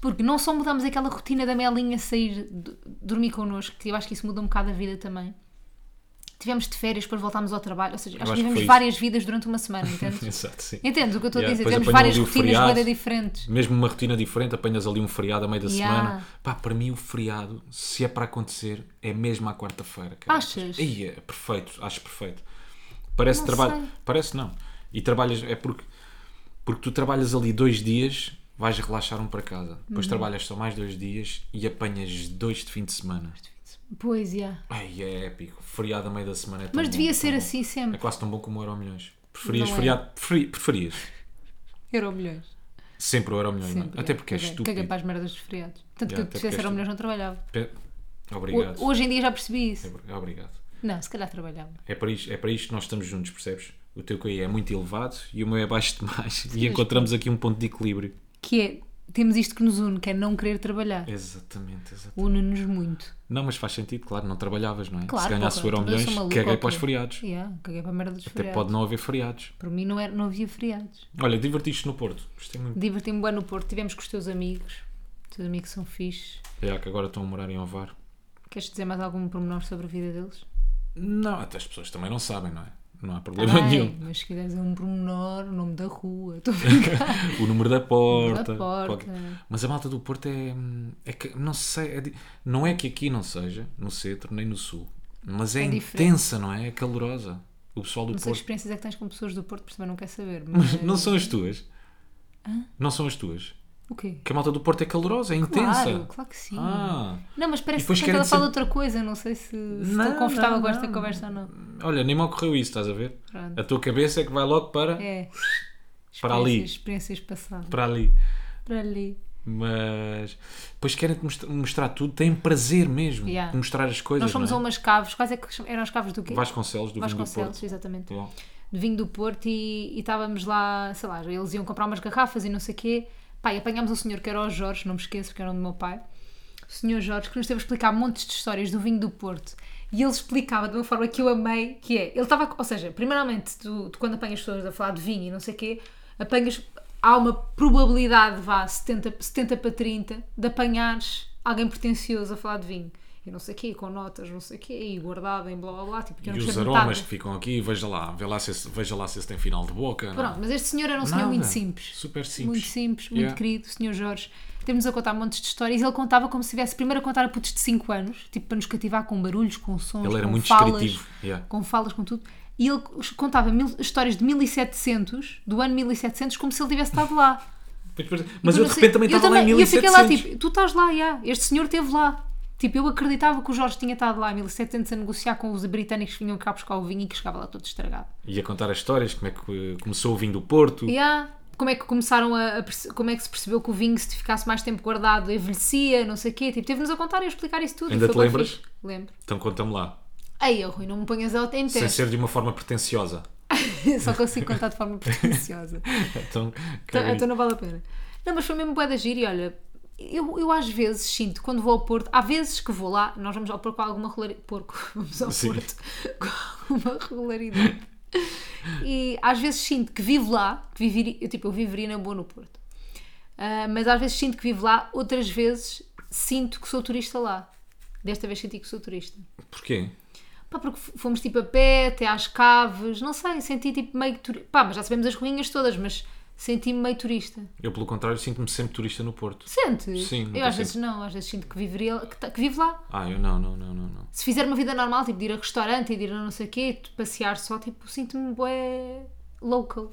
B: Porque não só mudamos aquela rotina da Melinha sair, d- dormir connosco, que eu acho que isso muda um bocado a vida também. tivemos de férias, depois voltámos ao trabalho. Ou seja, acho
A: acho
B: que
A: que foi
B: tivemos
A: isso.
B: várias vidas durante uma
A: (laughs)
B: semana, entendes?
A: Exato, sim.
B: entendes o que eu estou
A: Yeah,
B: a dizer?
A: depois
B: Tivemos
A: apanhou
B: várias
A: ali o
B: rotinas
A: feriado.
B: bué de diferentes.
A: Mesmo uma rotina diferente, apanhas ali um feriado a meio da
B: Yeah.
A: semana. Pá, para mim o feriado, se é para acontecer, é mesmo à quarta-feira. cara.
B: Achas?
A: Aí é perfeito, acho perfeito. Parece
B: Não
A: trabalho.
B: sei.
A: Parece não. E trabalhas, é porque, porque tu trabalhas ali dois dias, vais relaxar um para casa. Depois
B: Uhum.
A: trabalhas só mais dois dias e apanhas dois de fim de semana.
B: Pois, yeah.
A: Ai, é épico. Feriado a meio da semana é tão
B: Mas
A: bom,
B: devia
A: tão
B: ser
A: bom.
B: assim
A: É
B: sempre.
A: quase tão bom como o Euro Milhões. Preferias
B: Não é.
A: feriado? Preferi- preferias?
B: Euro milhões.
A: Sempre o Euro Milhões, não é?
B: Sempre.
A: Até porque é
B: Caguei-
A: estúpido.
B: Caguei para as merdas dos feriados. Tanto
A: Yeah,
B: que
A: até
B: eu
A: porque
B: tivesse
A: é
B: Euro milhões não trabalhava.
A: Pe-
B: Ho-
A: Obrigado.
B: Hoje em dia já percebi isso.
A: Obrigado.
B: Não, se calhar trabalhava.
A: É para, isto, é para isto que nós estamos juntos, percebes? O teu QI é muito elevado e o meu é baixo demais. E encontramos aqui um ponto de equilíbrio.
B: Que é, temos isto que nos une, que é não querer trabalhar.
A: Exatamente, exatamente.
B: Une-nos muito.
A: Não, mas faz sentido, claro, não trabalhavas, não é?
B: Claro,
A: Se ganhasse o
B: porra,
A: Euro
B: então eu
A: milhões,
B: sou maluca,
A: caguei
B: ok.
A: para os feriados.
B: Yeah, caguei para a merda dos
A: Até
B: feriados.
A: pode não haver feriados.
B: Por mim não, era, não havia feriados.
A: Olha, divertiste no Porto. Gostei muito.
B: Diverti-me bem no Porto, tivemos com os teus amigos. Os teus amigos são fixes.
A: É que agora estão a morar em Ovar.
B: Queres dizer mais algum pormenor sobre a vida deles?
A: Não, até as pessoas também não sabem, não é? Não há
B: Tá
A: problema
B: bem,
A: nenhum.
B: mas se quiseres um pormenor, o nome
A: (laughs)
B: da rua, estou a brincar.
A: O número da porta.
B: Da porta.
A: qualquer- Mas a malta do Porto é. é que, não sei. é di- não é que aqui não seja, no centro nem no sul. Mas é,
B: É diferente.
A: intensa, não é? É calorosa. O pessoal do
B: Não sei que
A: Porto.
B: experiências é que tens com pessoas do Porto, porque também não quer saber.
A: (laughs)
B: Mas...
A: Não são as tuas. Não são as tuas.
B: O quê?
A: Que a malta do Porto é calorosa, é
B: Claro,
A: intensa.
B: claro que sim.
A: Ah,
B: Não, mas
A: E
B: parece que
A: depois
B: sempre
A: querem
B: ela fala
A: sempre-
B: outra coisa, não sei se, se
A: Não,
B: estou confortável
A: não,
B: com esta
A: não.
B: conversa ou não.
A: olha, nem me ocorreu isso, estás a ver?
B: Pronto.
A: A tua cabeça é que vai logo para,
B: É.
A: Para ali.
B: Experiências- Experiências passadas.
A: para ali.
B: Para ali.
A: Mas depois querem-te mostra- mostrar tudo, têm prazer mesmo
B: Yeah.
A: de mostrar as coisas.
B: Nós fomos
A: não
B: a
A: é?
B: umas caves, quais é que cham- eram as caves do quê?
A: Vasconcelos do Vinho do
B: Vasconcelos,
A: Porto.
B: exatamente.
A: Bom,
B: De vinho do Porto e, e estávamos lá, sei lá, eles iam comprar umas garrafas e não sei o quê. Pá, e apanhámos um senhor que era o Jorge, não me esqueço, que era o nome do meu pai. O senhor Jorge, que nos teve a explicar montes de histórias do vinho do Porto. E ele explicava de uma forma que eu amei, que é, ele estava, ou seja, primeiramente, tu, tu quando apanhas pessoas a falar de vinho e não sei o quê, apanhas, há uma probabilidade, vá, 70, 70 para 30, de apanhares alguém pretencioso a falar de vinho. E não sei o quê, com notas, não sei o quê, e guardado em blá blá blá, tipo, que eu
A: E
B: não
A: os
B: percebo
A: aromas
B: metade.
A: que ficam aqui, veja lá, vê lá se, esse- veja lá se esse tem final de boca. não é?
B: Pronto, mas este senhor era um senhor
A: Nada.
B: muito simples.
A: Super simples.
B: Muito simples, muito
A: Yeah.
B: querido, o senhor Jorge. Temos a contar montes de histórias. Ele contava como se estivesse primeiro a contar a putos de 5 anos, tipo para nos cativar com barulhos, com sons,
A: Ele era
B: com
A: muito
B: falas,
A: descritivo, yeah.
B: com falas, com tudo. E ele contava mil- histórias de 1700, do ano 1700, como se ele tivesse estado lá.
A: Mas, depois- mas
B: E
A: eu
B: não
A: de
B: sei-
A: repente também estava lá em
B: e assim, Eu fiquei lá,
A: 1700.
B: tipo, tu estás lá, já. Este senhor esteve lá. Tipo, eu acreditava que o Jorge tinha estado lá em 1700 a negociar com os britânicos que vinham cá buscar o vinho e que chegava lá todo estragado.
A: E a contar as histórias, como é que eh, começou o vinho do Porto.
B: Yeah. Como é que começaram a, a perce- como é que se percebeu que o vinho se ficasse mais tempo guardado envelhecia, não sei o quê, tipo, teve-nos a contar e a explicar isso tudo.
A: Ainda
B: Foi
A: te
B: bué
A: lembras?
B: fixe. Lembro.
A: Então conta-me lá.
B: Ei, eu, Rui, não me ponhas ao em
A: Sem
B: teste.
A: ser de uma forma pretenciosa. (laughs)
B: (laughs) Só consigo contar de forma pretenciosa.
A: Então,
B: então,
A: caguei.
B: então não vale a pena. Não, mas foi mesmo bué da gira e olha, eu, eu às vezes sinto, quando vou ao Porto, há vezes que vou lá, nós vamos ao Porto com alguma regularidade. Porco, (laughs) vamos ao
A: Sim.
B: Porto (laughs) com alguma regularidade. E às vezes sinto que vivo lá, que viveria, eu, tipo, eu viveria na boa no Porto. Ah, mas às vezes sinto que vivo lá, outras vezes sinto que sou turista lá. Desta vez senti que sou turista.
A: Porquê?
B: Pá, porque f- fomos tipo a pé até às caves, não sei, senti tipo meio turista. Pá, mas já sabemos as ruínas todas, mas senti-me meio turista.
A: Eu, pelo contrário, sinto-me sempre turista no Porto.
B: Sentes?
A: Sim, nunca
B: Eu às
A: sinto.
B: vezes não, às vezes sinto que, viveria, que, ta- que vivo lá.
A: Ah, eu não, não, não, não. não.
B: Se fizer uma vida normal, tipo de ir a restaurante e de ir a não sei o quê, de passear só, tipo, sinto-me bué local.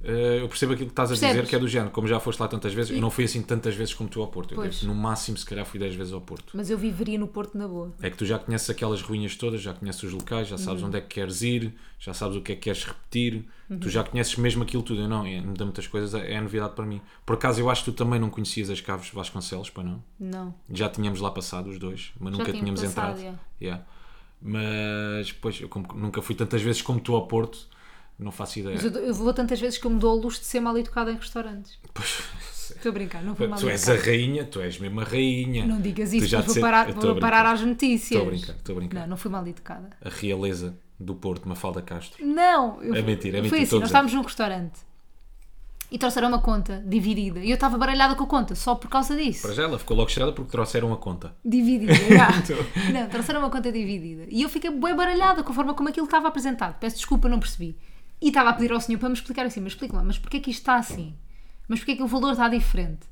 A: Eh, eu percebo aquilo que estás a
B: Percebes?
A: dizer, que é do género. Como já foste lá tantas vezes, eu não fui assim tantas vezes como tu ao Porto. Eu
B: Pois.
A: devo- no máximo, se calhar, fui 10 vezes ao Porto.
B: Mas eu viveria no Porto na boa.
A: É que tu já conheces aquelas ruínas todas, já conheces os locais, já sabes
B: Uhum.
A: onde é que queres ir, já sabes o que é que queres repetir,
B: Uhum.
A: tu já conheces mesmo aquilo tudo. Eu não, é, muda muitas coisas, é é novidade para mim. Por acaso, eu acho que tu também não conhecias as Caves Vasconcelos, para não?
B: Não.
A: Já tínhamos lá passado os dois, mas
B: Já
A: nunca
B: tínhamos
A: tínhamos
B: passado,
A: entrado. Yeah. Mas, pois, eu como nunca fui tantas vezes como tu ao Porto, não faço ideia.
B: Mas eu, eu vou tantas vezes que eu me dou ao luxo de ser mal educada em restaurantes.
A: Pois,
B: Estou a brincar, não vou mal
A: (laughs) tu és a
B: educada.
A: rainha, tu és mesmo a rainha.
B: Não digas
A: Tu
B: isso,
A: já
B: mas vou
A: disseste-
B: parar,
A: Eu
B: vou
A: estou a
B: parar
A: brincar.
B: às notícias.
A: Estou a brincar, estou a brincar.
B: Não, não fui mal educada.
A: A realeza do Porto, Mafalda Castro.
B: Não! eu
A: É mentira,
B: fui-
A: é
B: Foi
A: mentira,
B: assim,
A: estou a
B: nós
A: gozar.
B: estávamos num restaurante e trouxeram uma conta dividida. E eu estava baralhada com a conta só por causa disso.
A: Para já ela ficou logo cheirada porque trouxeram a conta.
B: Dividida,
A: (laughs)
B: já.
A: Então.
B: não, trouxeram uma conta dividida. E eu fiquei bem baralhada com a forma como aquilo estava apresentado. Peço desculpa, não percebi. E estava a pedir ao senhor para me explicar assim, mas explica lá, mas porquê é que isto está assim? Mas porquê é que o valor está diferente?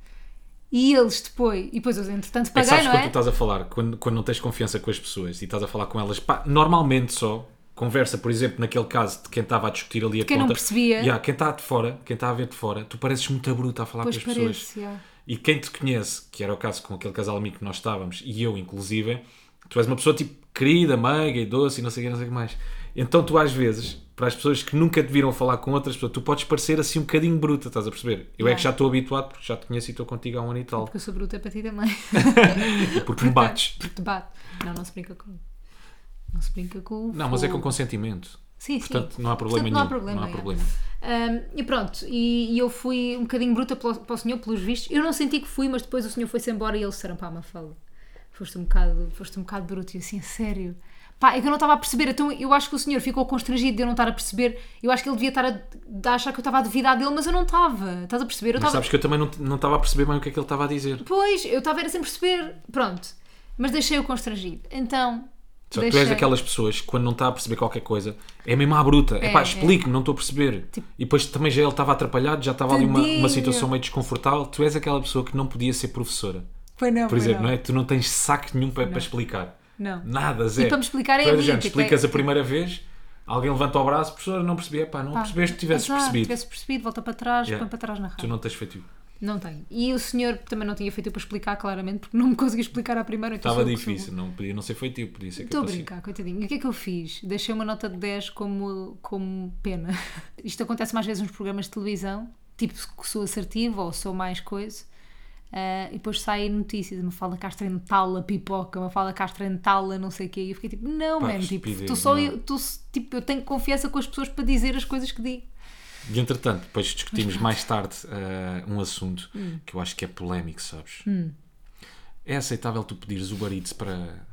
B: E eles depois, e depois eu entretanto
A: É que
B: paguei,
A: sabes
B: não
A: quando
B: é?
A: tu estás a falar, quando, quando não tens confiança com as pessoas e estás a falar com elas, pá, normalmente só conversa, por exemplo, naquele caso de quem estava a discutir ali a
B: quem não
A: conta.
B: percebia.
A: Yeah, quem está de fora, quem está a ver de fora, tu pareces muito bruto a falar
B: Pois
A: com as pessoas.
B: parece, yeah.
A: E quem te conhece, que era o caso com aquele casal amigo que nós estávamos, e eu inclusive, tu és uma pessoa tipo querida, meiga e doce e não sei o que, não sei o que mais. Então tu às vezes, para as pessoas que nunca te viram falar com outras pessoas, tu podes parecer assim um bocadinho bruta, estás a perceber? Eu é
B: Yeah.
A: que já estou habituado porque já te conheço e estou contigo há um ano e tal.
B: Porque eu sou bruta é para
A: (laughs)
B: ti também.
A: Porque me bates.
B: Porque te bate. Não, não se brinca com. Não se brinca com. o
A: Não, mas é com
B: fogo.
A: consentimento.
B: Sim, sim.
A: Portanto, não há problema
B: Portanto,
A: nenhum.
B: não há problema, é. Um, e pronto, e, e eu fui um bocadinho bruta pelo- para o senhor, pelos vistos. Eu não senti que fui, mas depois o senhor foi-se embora e eles disseram: pá, Mafalda, foste um bocado, foste um bocado bruto. E eu assim, "A sério. Pá, é que eu não estava a perceber, então eu acho que o senhor ficou constrangido de eu não estar a perceber. Eu acho que ele devia estar a, a achar que eu estava a duvidar dele, mas eu não estava. Estás a perceber? Eu
A: Mas
B: estava
A: sabes que eu também não não estava a perceber bem o que é que ele estava a dizer.
B: Pois, eu estava era sem perceber. Pronto. Mas deixei-o constrangido. Então.
A: Só que tu
B: deixei-
A: és daquelas pessoas que quando não está a perceber qualquer coisa é mesmo à bruta. É,
B: É,
A: pá,
B: é. Tipo,
A: explique-me, não estou a perceber. E depois também já ele estava atrapalhado, já estava ali uma, uma
B: Tadinho.
A: situação meio desconfortável. Tu és aquela pessoa que não podia ser professora.
B: Foi não,
A: Por exemplo, não. é? Tu não tens saco nenhum para, para explicar.
B: Não.
A: Nada, zero.
B: para me explicar é
A: Tu és do
B: ali,
A: género,
B: tipo,
A: explicas
B: é-
A: a primeira vez, alguém levanta o braço, professora, não percebi. É pá, não percebeste, tivesses
B: Exato,
A: percebido.
B: Tivesse percebido, volta para trás,
A: Yeah.
B: põe para trás na rádio.
A: Tu não tens feito.
B: Não... tenho. E o senhor também não tinha feito para explicar claramente, porque não me conseguiu explicar à primeira. então
A: Estava
B: sou eu que sou.
A: difícil, não podia não ser feito, podia ser que
B: Estou a
A: fosse-
B: brincar, coitadinho. E o que é que eu fiz? Deixei uma nota de 10 como, como pena. (laughs) Isto acontece mais vezes nos programas de televisão, tipo que sou assertiva ou sou mais coisa. ah, e depois saem notícias, me fala Castro em tala pipoca, me fala Castro em tala não sei o quê. E eu fiquei tipo, não,
A: Pá,
B: mano,
A: que
B: tipo,
A: estupidez,
B: tu só,
A: não.
B: eu, tu, tipo, eu tenho confiança com as pessoas para dizer as coisas que digo.
A: E entretanto, depois discutimos mais tarde ah, um assunto
B: Hum.
A: que eu acho que é polémico, sabes? É aceitável tu pedires Uber Eats para,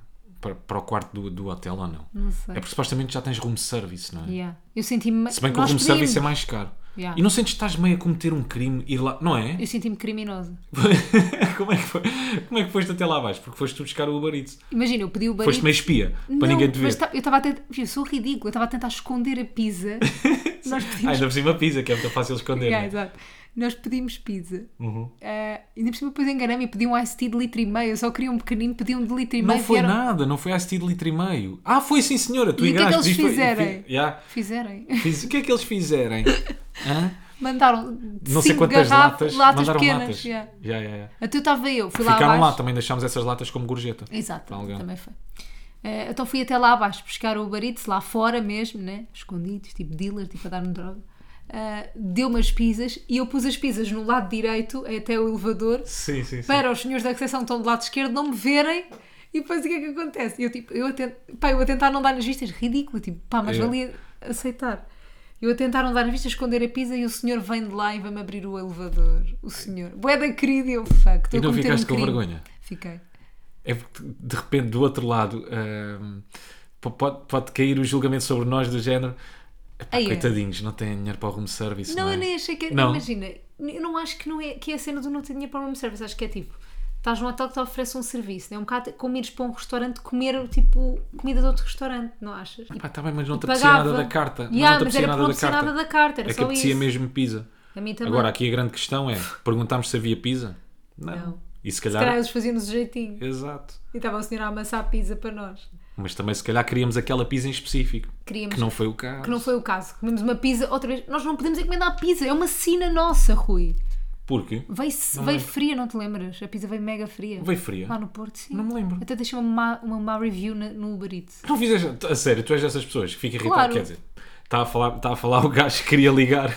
A: para, para o quarto do, do hotel ou não?
B: Não sei.
A: É porque supostamente já tens room service, não é?
B: Yeah. Eu senti-me.
A: Se bem que o
B: nós
A: room service é
B: pedimos.
A: mais caro.
B: Yeah.
A: E não sentes que estás meio a cometer um crime ir lá, não é?
B: Eu senti-me criminosa.
A: (laughs) como, é que foi? como é que foste até lá abaixo? Porque foste tu buscar o Uber Eats.
B: Imagina, eu pedi o barito.
A: Foste meio espia, para
B: Não,
A: ninguém te ver.
B: Mas tá- eu estava a tentar. Eu sou ridícula, eu estava a tentar esconder
A: (laughs)
B: a pizza. Nós
A: Ah,
B: pedimos.
A: ainda por cima pisa, que é muito fácil esconder.
B: (laughs) Yeah,
A: não é?
B: exato. Nós pedimos pizza.
A: Uhum.
B: Ah, ainda por cima depois enganei-me e pedi um iced tea de litro e meio. Eu só queria um pequenino, pedi um de litro e
A: Não
B: meio.
A: foi
B: vieram-
A: nada, não foi ice tea de litro e meio. Ah, foi sim, senhora, tu
B: E o que é que
A: enganaste,
B: eles
A: isto foi-
B: fizerem?
A: fi- yeah.
B: Fizerem. (laughs)
A: Fiz- o que é que eles fizerem? Hã?
B: Mandaram
A: Não
B: não
A: sei quantas latas,
B: garrafas, latas,
A: mandaram
B: pequenas.
A: latas.
B: yeah.
A: Já, já, já.
B: Até eu estava eu, fui lá
A: Ficaram
B: abaixo.
A: lá, também deixámos essas latas como gorjeta.
B: Exato,
A: Para alguém.
B: também foi. Eh, então fui até lá abaixo buscar o Uber Eats, lá fora mesmo, né? escondidos, tipo dealer, tipo a dar-me droga. Eh, deu umas pizzas e eu pus as pizzas no lado direito até o elevador
A: Sim, sim, sim.
B: para os senhores da recepção que estão do lado esquerdo não me verem e depois o que é que acontece? Eu tipo, eu a, ten- pá, eu a tentar não dar nas vistas, ridículo, tipo, pá, mas
A: É.
B: valia aceitar. Eu a tentar não dar nas vistas, esconder a pizza e o senhor vem de lá e vai-me abrir o elevador. O senhor, boeda querida, eu fuck,
A: E
B: estou a
A: não
B: cometer
A: ficaste
B: um
A: com
B: crime.
A: vergonha?
B: Fiquei.
A: É porque, de repente, do outro lado, hum, po- pode, pode cair o julgamento sobre nós do género. Epá,
B: Aí é.
A: coitadinhos, não têm dinheiro para o room service.
B: Não,
A: Não, é?
B: eu nem achei que era.
A: Não.
B: Imagina, eu não acho que, não é, que é a cena do não ter dinheiro para o room service. Acho que é tipo, estás num hotel que te oferece um serviço, é um bocado como ires para um restaurante comer tipo comida de outro restaurante, não achas? E
A: Pá, tá bem, mas não te apetecia
B: pagava.
A: nada da carta. Mas
B: Yeah,
A: não te
B: mas
A: apetecia
B: era
A: nada,
B: porque não
A: da
B: apetecia
A: carta.
B: nada da carta, era
A: é que
B: só
A: apetecia
B: isso.
A: mesmo pizza.
B: A mim também.
A: Agora, aqui a grande questão é: perguntámos se havia pizza? Não.
B: Não.
A: E se
B: se
A: calhar.
B: calhar eles faziam-nos um jeitinho
A: Exato.
B: e estava o senhor a amassar a pizza para nós.
A: Mas também, se calhar, queríamos aquela pizza em específico.
B: Queríamos.
A: Que não foi o caso.
B: Que não foi o caso. Comemos uma pizza outra vez. Nós não podemos encomendar pizza, é uma sina nossa, Rui.
A: Porquê?
B: Veio,
A: Não é.
B: veio
A: lembro.
B: fria, não te lembras? A pizza veio mega fria.
A: Veio fria?
B: Lá no Porto, sim.
A: Não me lembro.
B: Até deixei uma má, uma má review na- no Uber Eats.
A: Não fizeste. A sério, tu és dessas pessoas que fica irritado.
B: Claro.
A: Quer dizer, está a, falar, está a falar o gajo que queria ligar